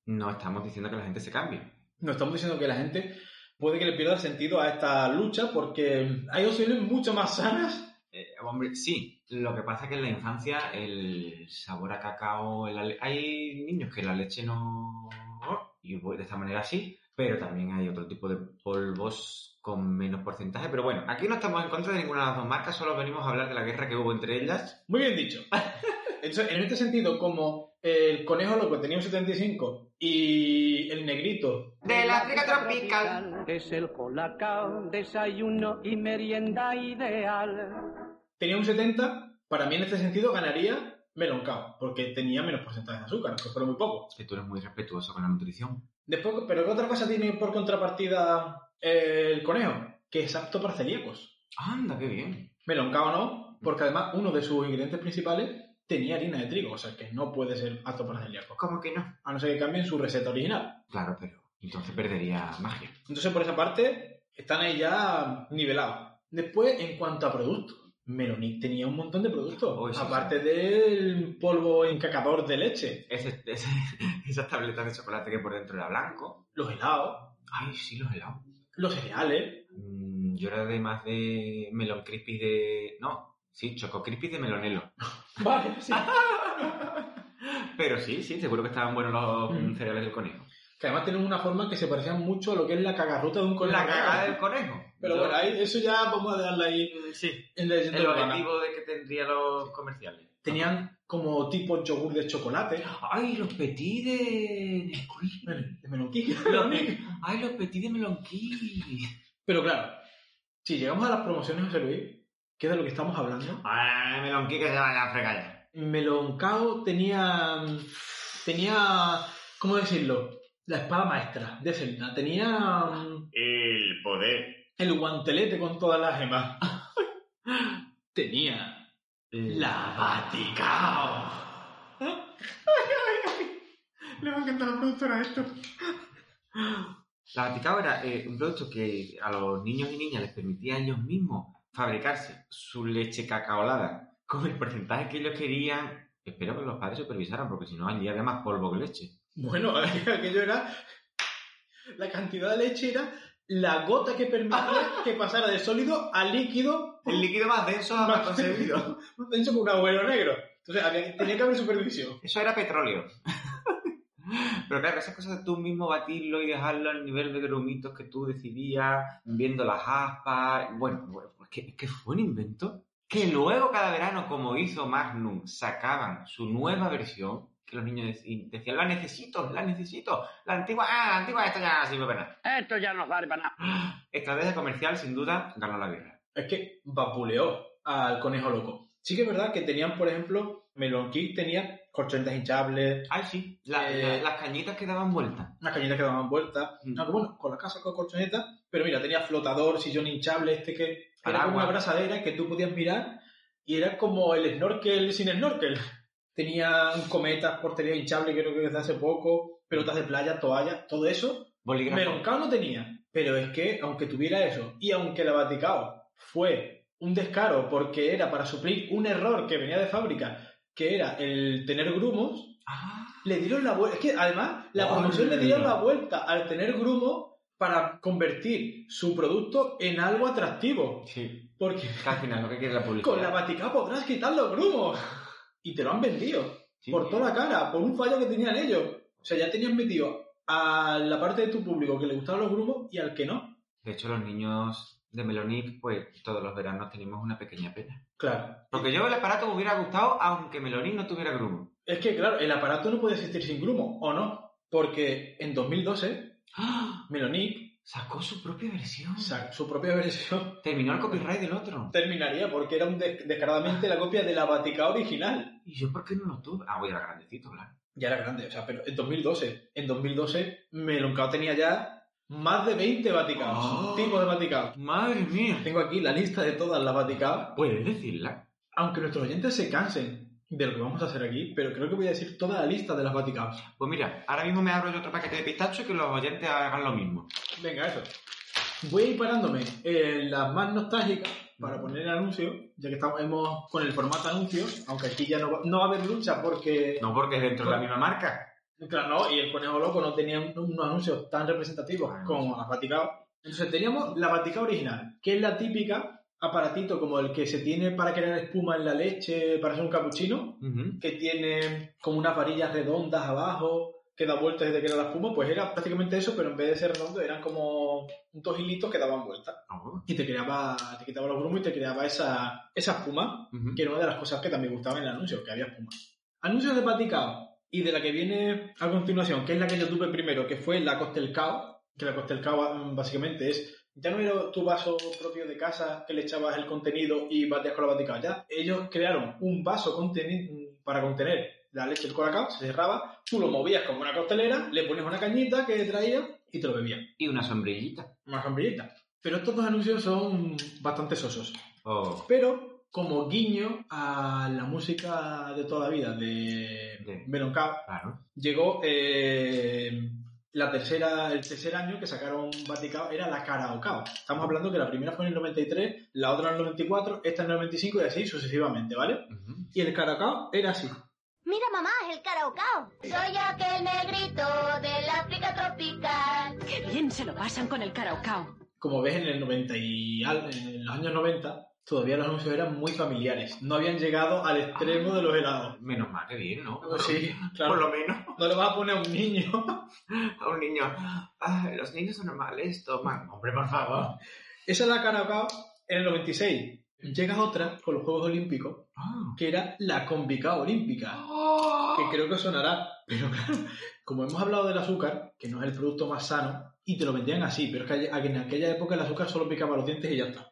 No estamos diciendo que la gente se cambie.
No estamos diciendo que la gente puede que le pierda sentido a esta lucha porque hay opciones mucho más sanas.
Eh, hombre, sí. Lo que pasa es que en la infancia el sabor a cacao... en la le- Hay niños que la leche no... oh, Y pues, de esta manera sí. Pero también hay otro tipo de polvos con menos porcentaje. Pero bueno, aquí no estamos en contra de ninguna de las dos marcas. Solo venimos a hablar de la guerra que hubo entre ellas.
Muy bien dicho. Entonces, en este sentido, como el conejo loco tenía un 75 y el negrito,
De la África tropical.
Es el colacao, desayuno y merienda ideal.
tenía un 70, para mí en este sentido ganaría Meloncao, porque tenía menos porcentaje de azúcar, que fueron muy poco.
Que tú eres muy respetuoso con la nutrición.
Después, ¿pero qué otra cosa tiene por contrapartida eh, el conejo? Que es apto para celíacos.
Anda, qué bien.
Meloncao
Mm.
no, porque además uno de sus ingredientes principales tenía harina de trigo, o sea que no puede ser apto para celíacos.
Pues, ¿Cómo que no?
a no ser que cambien su receta original.
Claro, pero entonces perdería magia.
Entonces, por esa parte, están ahí ya nivelados. Después, en cuanto a productos, Melonic tenía un montón de productos,
Oh, eso
aparte del polvo encacador de leche,
Ese- ese- esas tabletas de chocolate que por dentro era blanco.
los helados,
Ay, sí, los helados.
los cereales,
Mm, yo era de más de melón crispy de... No, sí, choco crispy de melonelo.
vale, sí.
Pero sí, sí, seguro que estaban buenos los
Mm.
mm, cereales del conejo.
que además tienen una forma que se parecía mucho a lo que es la cagarruta de un
Con
conejo.
la cagada del conejo.
Pero
Yo-
bueno, ahí, eso ya vamos a dejarla ahí
Mm, Sí,
en la leyenda
el
urbana.
objetivo de que tendría los comerciales.
Tenían como tipo yogur de chocolate,
¡Ay, los petit de... Nesquik.
de melonquí.
Los pe- ¡Ay, los petit de melonquí!
Pero claro, si llegamos a las promociones, José Luis, que es de lo que estamos hablando,
¡Ay, melonquí Ah, que se vaya a fregar ya!
Meloncao tenía. tenía. ¿cómo decirlo? La espada maestra de Zelda. Tenía.
El poder.
Joder. El guantelete con todas las gemas. Tenía la Vaticao. Le va a encantar la productora esto.
La Vaticao era eh, un producto que a los niños y niñas les permitía a ellos mismos fabricarse su leche cacaolada con el porcentaje que ellos querían. Espero que los padres supervisaran, porque si no, añadía más polvo que leche.
Bueno, aquello era. La cantidad de leche era la gota que permitía que pasara de sólido a líquido.
El líquido más denso más conseguido.
Más denso que un agujero negro. Entonces había, que- tenía que haber supervisión.
Eso era petróleo. Pero claro, esas cosas de tú mismo batirlo y dejarlo al nivel de grumitos que tú decidías, viendo las aspas. Bueno, bueno es, que, es que fue un invento que luego cada verano, como hizo Magnum, sacaban su nueva versión. Que los niños dec- decían, la necesito, la necesito. La antigua, ah, la antigua, esta ya sirve para nada.
Esto ya nos vale para nada.
Estrategia comercial, sin duda, ganó la guerra.
Es que vapuleó al conejo loco. Sí que es verdad que tenían, por ejemplo, Melon King tenía corchetas hinchables.
Ah, sí. La-
Eh.
la- las cañitas que daban vueltas.
Las cañitas que daban vueltas. Aunque bueno, con la casa con colchonetas. Pero mira, tenía flotador, sillón hinchable, este que era como
Paraguas.
una abrazadera que tú podías mirar y era como el snorkel sin snorkel. Tenían cometas, portería hinchable, creo que desde hace poco, pelotas de playa, toallas, todo eso.
Bolígrafo.
Meroncao no tenía. Pero es que, aunque tuviera eso, y aunque la Vaticao fue un descaro porque era para suplir un error que venía de fábrica, que era el tener grumos,
Ah.
le dieron la vuelta. Es que además, la
Ole.
promoción le dieron la vuelta al tener grumo para convertir su producto en algo atractivo.
Sí.
Porque
Que al final lo que quiere la publicidad.
con la Vaticao podrás quitar los grumos. Y te lo han vendido. Por toda la cara, por un fallo que tenían ellos. O sea, ya tenían metido a la parte de tu público que le gustaban los grumos y al que no.
De hecho, los niños de Melonic, pues todos los veranos tenemos una pequeña pena.
Claro.
Porque yo el aparato me hubiera gustado aunque Melonic no tuviera grumo.
Es que, claro, el aparato no puede existir sin grumo, ¿o no? Porque en 2012, Melonic
¡Ah! sacó su propia versión.
su propia versión.
Terminó el copyright del otro.
Terminaría, porque era un des- descaradamente la copia de la Vaticana original.
¿Y yo por qué no lo tuve? Ah, voy a grandecito, claro.
Ya era grande, o sea, pero en 2012. En 2012, Meloncao tenía ya más de 20 Vaticaos,
Oh.
tipos de Vaticaos.
Madre mía.
Tengo aquí la lista de todas las Vaticaos.
¿Puedes decirla?
Aunque nuestros oyentes se cansen de lo que vamos a hacer aquí, pero creo que voy a decir toda la lista de las Vaticaos.
Pues mira, ahora mismo me abro yo otro paquete de pistacho y que los oyentes hagan lo mismo.
Venga, eso. Voy a ir parándome en las más nostálgicas para poner el anuncio, ya que estamos hemos con el formato anuncio, aunque aquí ya no va, no va a haber lucha porque...
No porque es dentro de la misma marca.
Claro, no, y el Conejo Loco no tenía un- unos anuncios tan representativos como la Vaticao. Entonces teníamos la Vaticao original, que es la típica aparatito como el que se tiene para crear espuma en la leche para hacer un cappuccino,
Ujú.
que tiene como unas varillas redondas abajo, que da vueltas desde que era la espuma, pues era prácticamente eso, pero en vez de ser redondo eran como unos hilitos que daban vueltas.
Oh.
Y te creaba, te quitaba los grumos y te creaba esa, esa espuma,
Ujú.
que era una de las cosas que también gustaba en el anuncio, que había espuma. Anuncios de Vaticao y de la que viene a continuación, que es la que yo tuve primero, que fue la Costelcao, que la Costelcao mm, básicamente es, ya no era tu vaso propio de casa que le echabas el contenido y batías con la Vaticao, ya ellos crearon un vaso conteni- mm, para contener la leche del colacao, se cerraba, tú lo movías como una costelera, le ponías una cañita que traía y te lo bebías,
Y una sombrillita.
una sombrillita. Pero estos dos anuncios son bastante sosos
Oh.
pero como guiño a la música de toda la vida de
De-
Meloncao,
Claro.
llegó eh, la tercera, el tercer año que sacaron Vaticao era la Caraocao. Estamos hablando que la primera fue en el 93, la otra en el 94, esta en el 95 y así sucesivamente, ¿vale? Y el Caraocao era así.
Mira, mamá, es el karaokao. Soy aquel negrito del África tropical.
Qué bien se lo pasan con el karaokao.
Como ves, en el 90 y al- en los años 90 todavía los anuncios eran muy familiares. No habían llegado al extremo de los helados.
Menos mal que bien, ¿no?
Sí, claro.
Ah. Por lo menos
No le vas a poner a un niño.
a un niño. "Ah, los niños son normales, toman. Hombre, por favor.
Esa es la Carabao en el 96. Llega otra con los Juegos Olímpicos,
Ah.
que era la Convicao Olímpica,
¡Oh!
que creo que sonará. Pero claro, como hemos hablado del azúcar, que no es el producto más sano, y te lo vendían así, pero es que en aquella época el azúcar solo picaba los dientes y ya está.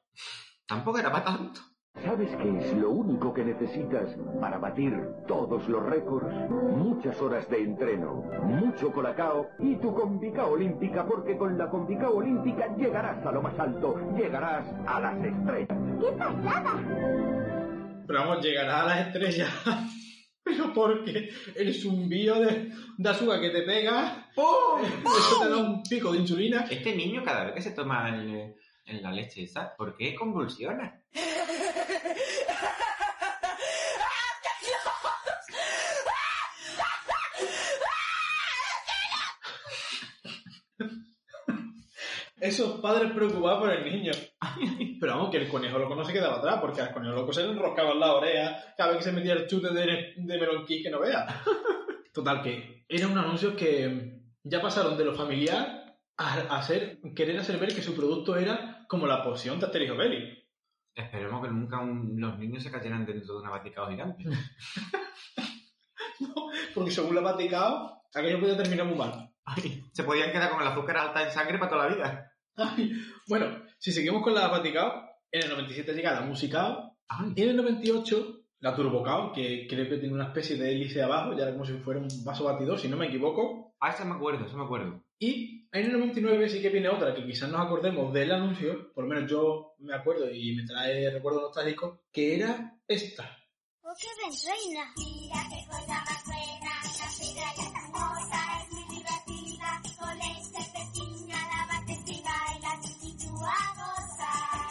Tampoco era para tanto.
¿Sabes qué es lo único que necesitas para batir todos los récords? Muchas horas de entreno, mucho colacao y tu Convicao Olímpica, porque con la Convicao Olímpica llegarás a lo más alto, llegarás a las estrellas.
¡Qué pasada!
Pero vamos, llegarás a las estrellas. Pero porque el zumbido de, de azúcar que te pega, ¡pum! Eso te da un pico de insulina.
Este niño cada vez que se toma el, el- la leche esa, ¿por qué convulsiona?
Esos padres preocupados por el niño. Pero vamos, que el conejo loco no se quedaba atrás, porque al conejo loco se le enroscaban las orejas cada vez que se metía el chute de, de melón Kiss que no vea. Total, que era un anuncio que ya pasaron de lo familiar a, a hacer, querer hacer ver que su producto era como la poción de Asterix Obelix.
Esperemos que nunca un- los niños se cayeran dentro de una baticao gigante.
Porque según la Vaticano, aquello podía terminar muy mal.
se podían quedar con el azúcar alta en sangre para toda la vida.
Bueno, si seguimos con la Vaticao, en el 97 llega la Musicao y en el 98 la Turbocao, que creo que tiene una especie de hélice abajo, ya era como si fuera un vaso batidor, si no me equivoco.
Ah, esa me acuerdo, esa me acuerdo.
Y en el 99 sí que viene otra que quizás nos acordemos del anuncio, por lo menos yo me acuerdo y me trae recuerdos nostálgicos, que era esta.
¡Oh, qué bien reina! Mira qué cosa más buena, la ya tan es muy divertida. Con esta pepina, la batecina y la chiquichua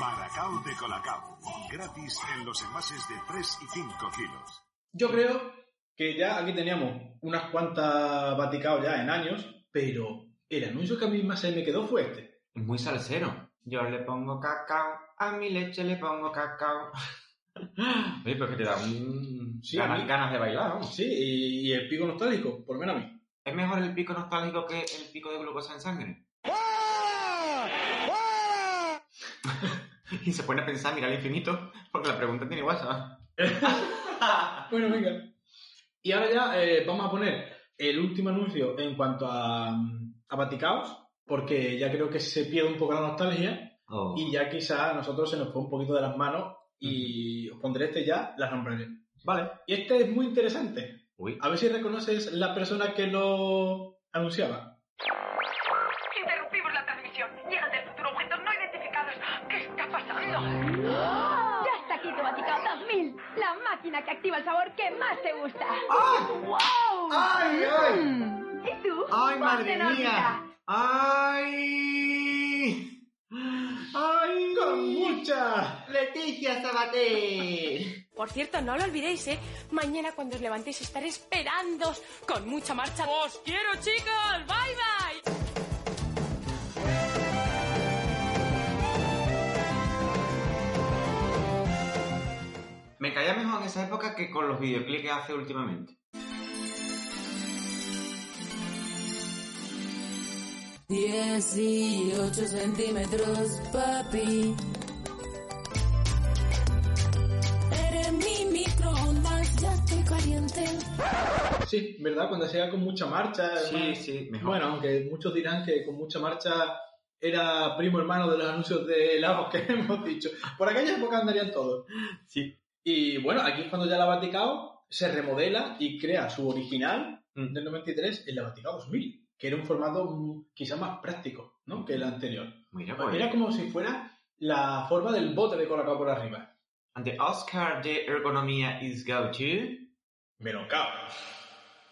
Baracao de Colacao. Gratis en los envases de 3 y 5 kilos.
Yo creo que ya aquí teníamos unas cuantas Vaticao ya en años, pero el anuncio que a mí más se me quedó fue este.
Es muy salsero. Yo le pongo cacao, a mi leche le pongo cacao. Oye, pero que te da un...
Sí, a
ganas,
mí.
ganas de bailar, vamos.
Sí, y, y el pico nostálgico, por lo menos a mí.
¿Es mejor el pico nostálgico que el pico de glucosa en sangre? y se pone a pensar, mira al infinito, porque la pregunta tiene WhatsApp.
Bueno, venga. Y ahora ya eh, vamos a poner el último anuncio en cuanto a, mm, a Baticaos, porque ya creo que se pierde un poco la nostalgia
Oh.
y ya quizá a nosotros se nos fue un poquito de las manos y os pondré este ya, las nombraré.
Vale.
Y este es muy interesante.
Uy.
A ver si reconoces la persona que lo anunciaba.
Interrumpimos la transmisión. Llegan del futuro objetos no identificados. ¿Qué está pasando?
Ya está aquí tu Vaticao 2000, la máquina que activa el sabor que más te gusta.
¡Ah!
¡Wow!
¡Ay, ay!
Mm. ¿Y tú?
¡Ay,
Ponte
madre
en
mía!
órbita.
¡Ay! ¡Ay!
¡Con mucha!
¡Leticia Sabater!
Por cierto, no lo olvidéis, ¿eh? Mañana cuando os levantéis estaré esperándoos con mucha marcha. ¡Os quiero, chicos! ¡Bye, bye!
Me caía mejor en esa época que con los videoclips que hace últimamente.
Dieciocho centímetros, papi. Eres mi microondas, ya estoy caliente.
Sí, ¿verdad? Cuando hacía con mucha marcha.
Sí,
hermano.
sí, mejor.
Bueno, aunque muchos dirán que con mucha marcha era primo hermano de los anuncios de helados que hemos dicho. Por aquella época andarían todos.
Sí.
Y bueno, aquí es cuando ya la Vaticao se remodela y crea su original
Mm.
del 93 en la Vaticao 2000, que era un formato mm, quizá más práctico ¿no? que el anterior.
Mira, pues.
Era como si fuera la forma del bote de Colacao por arriba.
Ante Oscar de Ergonomía is go to...
Melocao.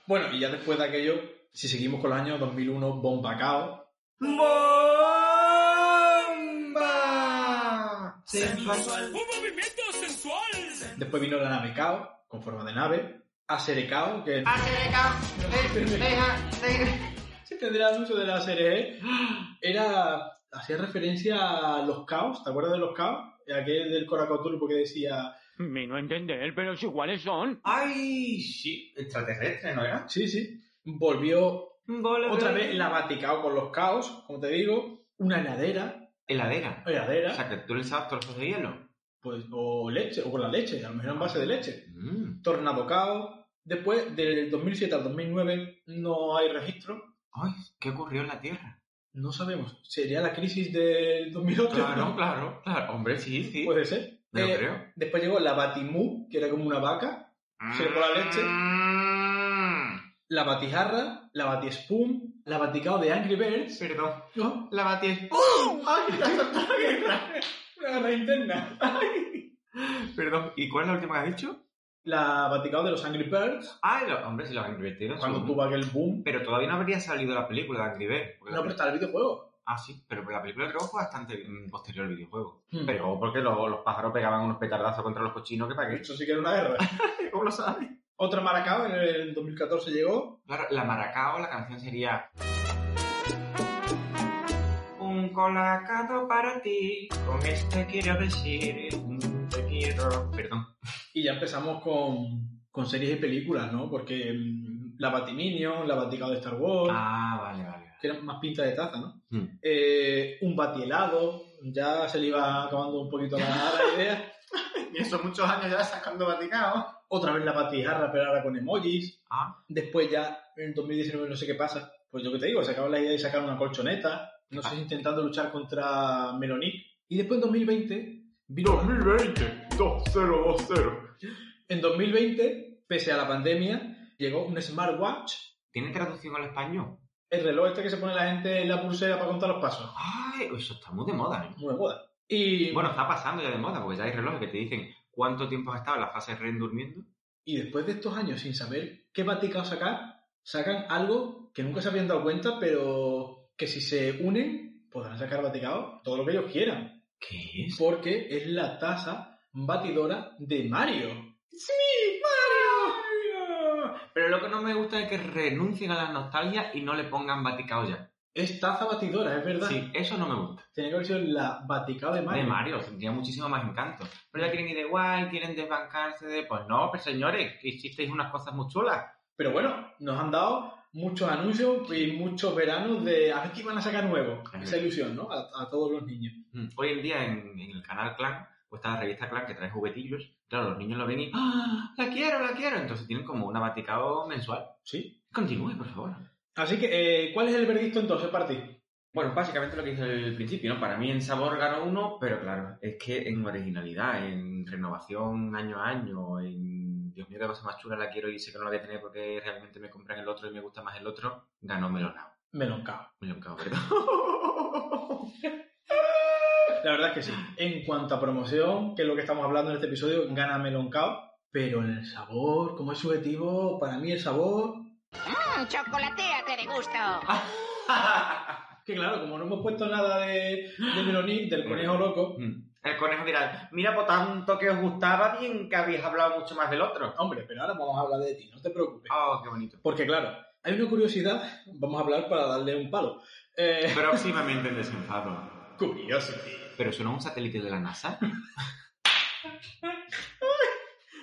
Bueno, y ya después de aquello, si seguimos con los años 2001, Bombacao,
¡Bomba!
Sensual.
Un movimiento sensual.
Después vino la nave Cao, con forma de nave. Acerecao, que se tendría el anuncio de la serie. ¿eh? Era, hacía referencia a los caos, ¿te acuerdas de los caos? Aquel del Coracao Turbo que decía...
Vino a entender, pero si iguales son. ¡Ay! Sí, extraterrestre, ¿no era?
Sí, sí. Volvió otra vez la Vaticao con los caos, como te digo. Una heladera,
Heladera.
Heladera.
O sea, que tú le echabas trozos de hielo.
pues, o leche, o con la leche, a lo mejor en base de leche.
Mm.
Tornado Cao. Después, del 2007 al 2009, no hay registro.
¿Qué ocurrió en la Tierra?
No sabemos. ¿Sería la crisis del 2008?
Claro, claro, claro. Hombre, sí, sí.
Puede ser. Eh,
No lo creo.
Después llegó la Batimú, que era como una vaca. Se le pone la leche.
Mm.
La Batijarra, la Batiespoon, la Baticao de Angry Birds.
Perdón.
¿No?
La Baties...
¡Ay, la Santa Guerra! Una guerra interna. Ay.
Perdón. ¿Y cuál es la última que has dicho?
La Baticao de los Angry Birds.
Ah, lo- hombre, si los Angry Birds tienen
Cuando
su-
tuvo aquel boom.
Pero todavía no habría salido la película de Angry Birds. porque la
No, pero
peli-
está el videojuego.
Ah, sí, pero la película creo que fue bastante mm, posterior al videojuego.
Hmm.
Pero porque lo- los pájaros pegaban unos petardazos contra los cochinos, que para qué?
Esto sí que era una guerra.
¿Cómo lo sabes?
Otra Maracao en el 2014 llegó.
Claro, la maracao, la canción sería... Un colacado para ti, con este quiero decir, mm, te quiero... Perdón.
Y ya empezamos con, con series y películas, ¿no? Porque mm, la Batiminion, la Baticao de Star Wars,
Ah, vale, vale.
que eran más pinta de taza, ¿no?
Hmm.
Eh, un batielado, ya se le iba acabando un poquito la, la idea. y eso muchos años ya sacando Baticao. Otra vez la Batijarra, pero ahora con emojis.
Ah,
Después ya, en 2019, no sé qué pasa. Pues yo que te digo, se acaba la idea de sacar una colchoneta. No sé, si intentando luchar contra Melonic. Y después en 2020... vino-
2020, 2020.
En 2020, pese a la pandemia, llegó un smartwatch,
¿Tiene traducción al español?
el reloj este que se pone la gente en la pulsera para contar los pasos.
Ay, eso está muy de moda, ¿eh?
Muy de moda. Y,
Bueno, está pasando ya de moda, porque ya hay relojes que te dicen cuánto tiempo has estado en la fase REN durmiendo.
y después de estos años sin saber qué Vaticano sacar, sacan algo que nunca se habían dado cuenta, pero que si se unen, podrán sacar Vaticano todo lo que ellos quieran.
¿Qué es?
Porque es la taza batidora de Mario.
¡Sí, Mario! Pero lo que no me gusta es que renuncien a la nostalgia y no le pongan Vaticao ya.
Es taza batidora, es verdad.
Sí, eso no me gusta.
Tenía que haber sido la Vaticano de Mario.
De Mario, tendría muchísimo más encanto. Pero ya quieren ir de guay, quieren desbancarse de... Pues no, pero señores, que hicisteis unas cosas muy chulas.
Pero bueno, nos han dado muchos anuncios y muchos veranos de a ver qué van a sacar nuevo.
Ajá.
Esa ilusión, ¿no? A, a todos los niños.
Mm, Hoy en día en, en el canal Clan, o está la revista Clan que trae juguetillos, claro, los niños lo ven y ¡Ah! ¡La quiero, la quiero! Entonces tienen como una Vaticao mensual.
Sí.
Continúe, por favor.
Así que, eh, ¿cuál es el veredicto entonces para ti?
Bueno, básicamente lo que hice al principio, ¿no? Para mí en sabor ganó uno, pero claro, es que en originalidad, en renovación año a año, en Dios mío, qué cosa más chula la quiero y sé que no la voy a tener porque realmente me compran el otro y me gusta más el otro, ganó Melonao.
Meloncao.
Meloncao, perdón.
La verdad es que sí. En cuanto a promoción, que es lo que estamos hablando en este episodio, gana Meloncao. Pero en el sabor, como es subjetivo, para mí el sabor...
Mmm, chocolateate de gusto.
Que claro, como no hemos puesto nada de, de Melonic, del conejo oh, loco...
Mm. El conejo dirá, mira, por tanto que os gustaba, bien que habéis hablado mucho más del otro.
Hombre, pero ahora vamos a hablar de ti, no te preocupes.
Oh, qué bonito.
Porque claro, hay una curiosidad, vamos a hablar para darle un palo. Eh,
Próximamente en Desenfado.
Curiosity.
Pero eso no es un satélite de la NASA.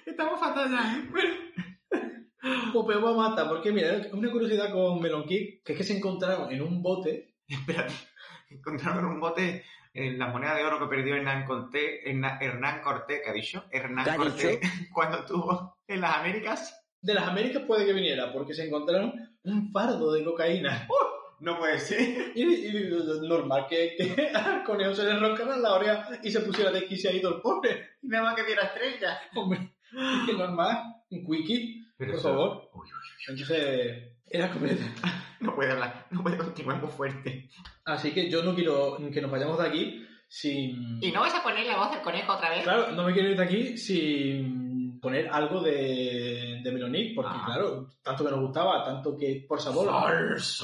Estamos fatal ya, ¿eh?
Popeo mata, porque mira, una curiosidad con Melon Kick, que es que se encontraron en un bote.
Espérate, encontraron un bote en la moneda de oro que perdió Hernán Cortés, Hernán, Hernán Cortés, ¿qué ha dicho? Hernán
¿Qué ha
Cortés, cuando estuvo en las Américas.
De las Américas puede que viniera, porque se encontraron un fardo de cocaína.
Oh, No puede ser.
Y, y normal que, que al conejo se le enroscaran la oreja y se pusiera desquiciadito el pobre.
Y nada más que viera estrellas.
Hombre, es que normal, un quickie,
Pero
por
eso-
favor.
Uy, uy,
Entonces, era completa.
no puede hablar, no puede continuar muy fuerte.
Así que yo no quiero que nos vayamos de aquí sin...
no vas a poner la voz del conejo otra vez?
Claro, no me quiero ir de aquí sin poner algo de, de Melonic, porque
Ah.
claro, tanto que nos gustaba, tanto que por sabor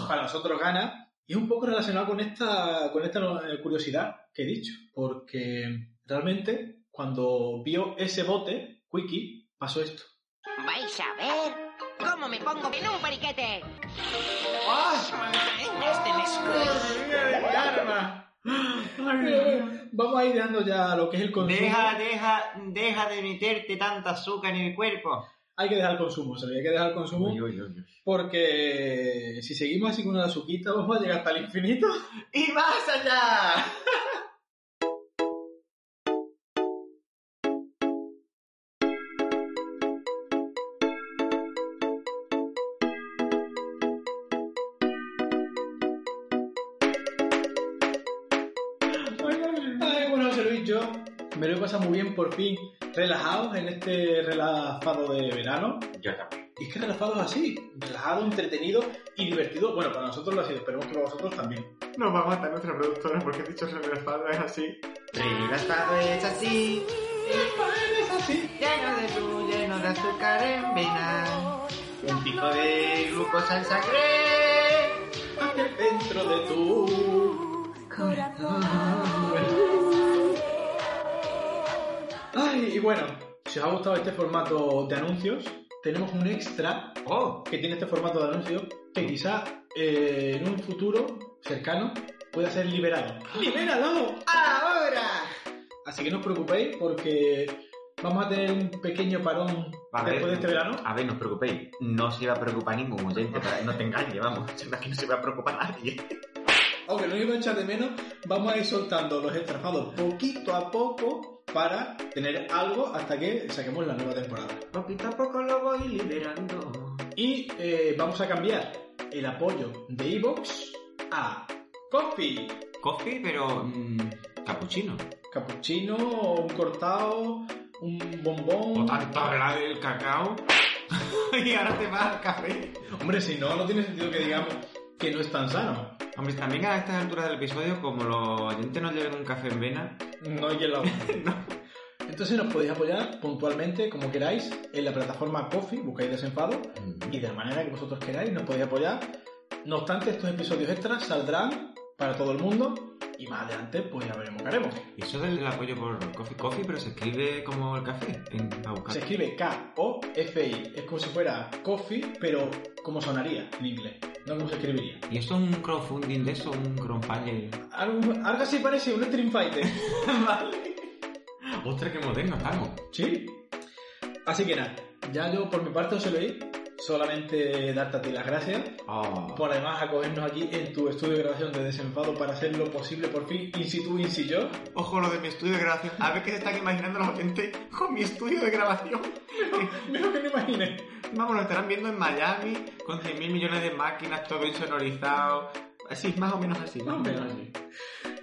para nosotros gana, y es un poco relacionado con esta, con esta eh, curiosidad que he dicho, porque realmente cuando vio ese bote, Wiki, pasó esto.
Vais a ver cómo me pongo en un periquete. Este
Pero bueno, vamos a ir dejando ya lo que es el consumo.
Deja, deja, deja de meterte tanta azúcar en el cuerpo.
Hay que dejar el consumo, se hay que dejar el consumo,
Uy, uy, uy, uy.
porque si seguimos así con la azuquita vamos a llegar hasta el infinito.
¡Y más allá!
yo me lo he pasado muy bien por fin relajados en este relajado de verano.
Yo también.
Y es que relajado es así, relajado, entretenido y divertido. Bueno, para nosotros lo ha sido, esperemos que para vosotros también.
Nos va a matar nuestra productora porque he dicho relajado es así.
Relajado es así,
Es así.
lleno de luz, lleno de azúcar en vena. Un pico de glucosa en sangre.
Hacia el centro de tu corazón. Ay, y bueno, si os ha gustado este formato de anuncios, tenemos un extra
¡Oh!
que tiene este formato de anuncios
Mm.
que quizá eh, en un futuro cercano pueda ser liberado.
¡Ah!
¡Liberado!
¡Ahora!
Así que no os preocupéis porque vamos a tener un pequeño parón
A ver,
después de este verano.
A ver, no os preocupéis. No se va a preocupar ningún oyente, para- no te engañes, vamos. Aquí no se va a preocupar nadie.
Aunque no iba a echar de menos, vamos a ir soltando los estrafados poquito a poco para tener algo hasta que saquemos la nueva temporada.
Poquito a poco lo voy liberando.
Y eh, vamos a cambiar el apoyo de Evox a Coffee.
Coffee, pero... mm, capuchino.
Cappuccino, un cortado, un bombón.
O tanto hablar del cacao. y ahora te vas al café.
Hombre, si no, no tiene sentido que digamos que no es tan sano.
Hombre, también a estas alturas del episodio, como los oyentes nos lleven un café en vena,
No hay que la Entonces nos podéis apoyar puntualmente, como queráis, en la plataforma Coffee, buscáis desenfado, y de la manera que vosotros queráis nos podéis apoyar. No obstante, estos episodios extras saldrán para todo el mundo y más adelante pues ya veremos qué haremos.
Y eso del apoyo por Coffee Coffee, pero se escribe como el café. En, a buscar.
Se escribe K-O-F-I, es como si fuera coffee, pero como sonaría en inglés, no como se escribiría.
¿Y eso es un crowdfunding de eso? ¿Un crowdfunding?
Algo, algo así parece un Stream Fighter.
¡Ostras, qué moderno estamos!
¿Sí? Así que nada, ya yo por mi parte os lo he solamente darte a ti las gracias
Oh,
por además acogernos aquí en tu estudio de grabación de Desenfado para hacer lo posible por fin, in situ, in si yo.
Ojo lo de mi estudio de grabación. A ver qué se están imaginando los oyentes con mi estudio de grabación.
Mejor que no imagines.
Vamos, lo estarán viendo en Miami con 100.000 millones de máquinas, todo bien sonorizado. Así, más o menos así.
Más o menos así.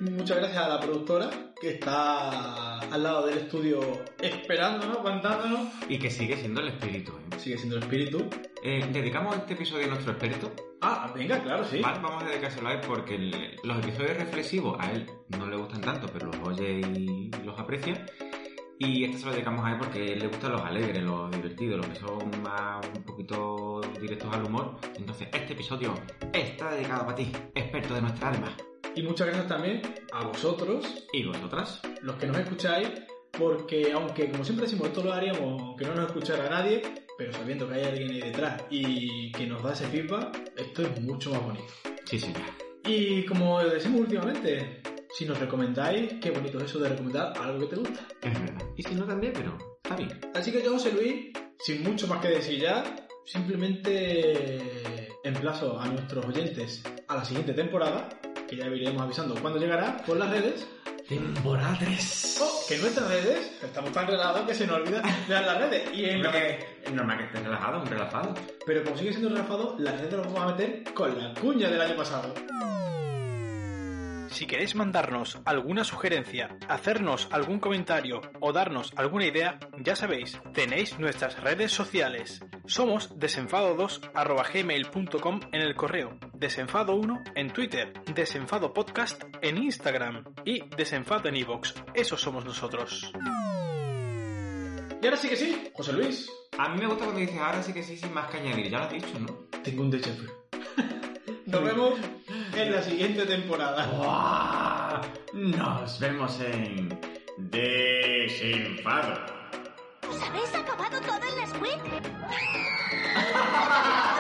Muchas gracias a la productora que está al lado del estudio esperándonos, aguantándonos.
Y que sigue siendo el espíritu. ¿eh?
Sigue siendo el espíritu.
Eh, dedicamos este episodio a nuestro experto.
Ah, venga, claro, sí.
Vale, vamos a dedicárselo a él porque el- los episodios reflexivos a él no le gustan tanto, pero los oye y los aprecia. Y este se lo dedicamos a él porque le gustan los alegres, los divertidos, los que son más un poquito directos al humor. Entonces, este episodio está dedicado para ti, experto de nuestra alma.
Y muchas gracias también a vosotros,
¿Y vosotras?
los que nos escucháis, porque aunque como siempre decimos, esto lo haríamos aunque no nos escuchara nadie, pero sabiendo que hay alguien ahí detrás y que nos da ese feedback, esto es mucho más bonito.
Sí, sí.
Y como decimos últimamente, si nos recomendáis, qué bonito es eso de recomendar algo que te gusta.
Es verdad. Y si no también, pero está bien.
Así que yo, José Luis, sin mucho más que decir ya, simplemente emplazo a nuestros oyentes a la siguiente temporada, que ya iremos avisando cuándo llegará, por las redes,
Temporada 3.
o Oh, que en nuestras redes, estamos tan relajados que se nos olvida de dar las redes, y en la-
Es normal que estés relajado, un relajado.
pero como sigue siendo relajado, las redes las vamos a meter con la cuña del año pasado. Si queréis mandarnos alguna sugerencia, hacernos algún comentario o darnos alguna idea, ya sabéis, tenéis nuestras redes sociales. Somos desenfado2.gmail.com en el correo, desenfado1 en Twitter, desenfado podcast en Instagram y desenfado en iVoox. Esos somos nosotros. Y ahora sí que sí, José Luis.
A mí me gusta cuando dices ahora sí que sí, sin más que añadir. Ya lo has dicho, ¿no?
Tengo un déjà vu. Nos vemos en la siguiente temporada.
¡Guau! Nos vemos en Desenfado.
¿Os habéis acabado todo el Nesquik?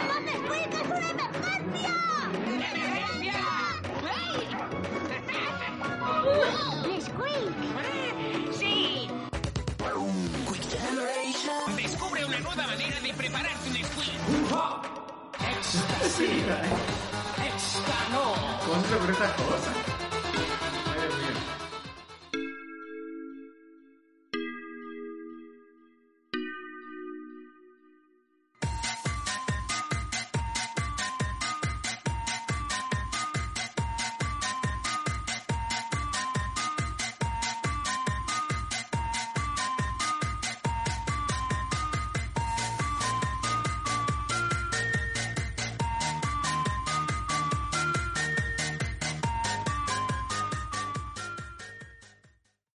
¡No Nesquik es una emergencia! ¡Emergencia! ¡Nesquik!
Sí.
Descubre una nueva manera de prepararte un squid.
Contra por esta cosa.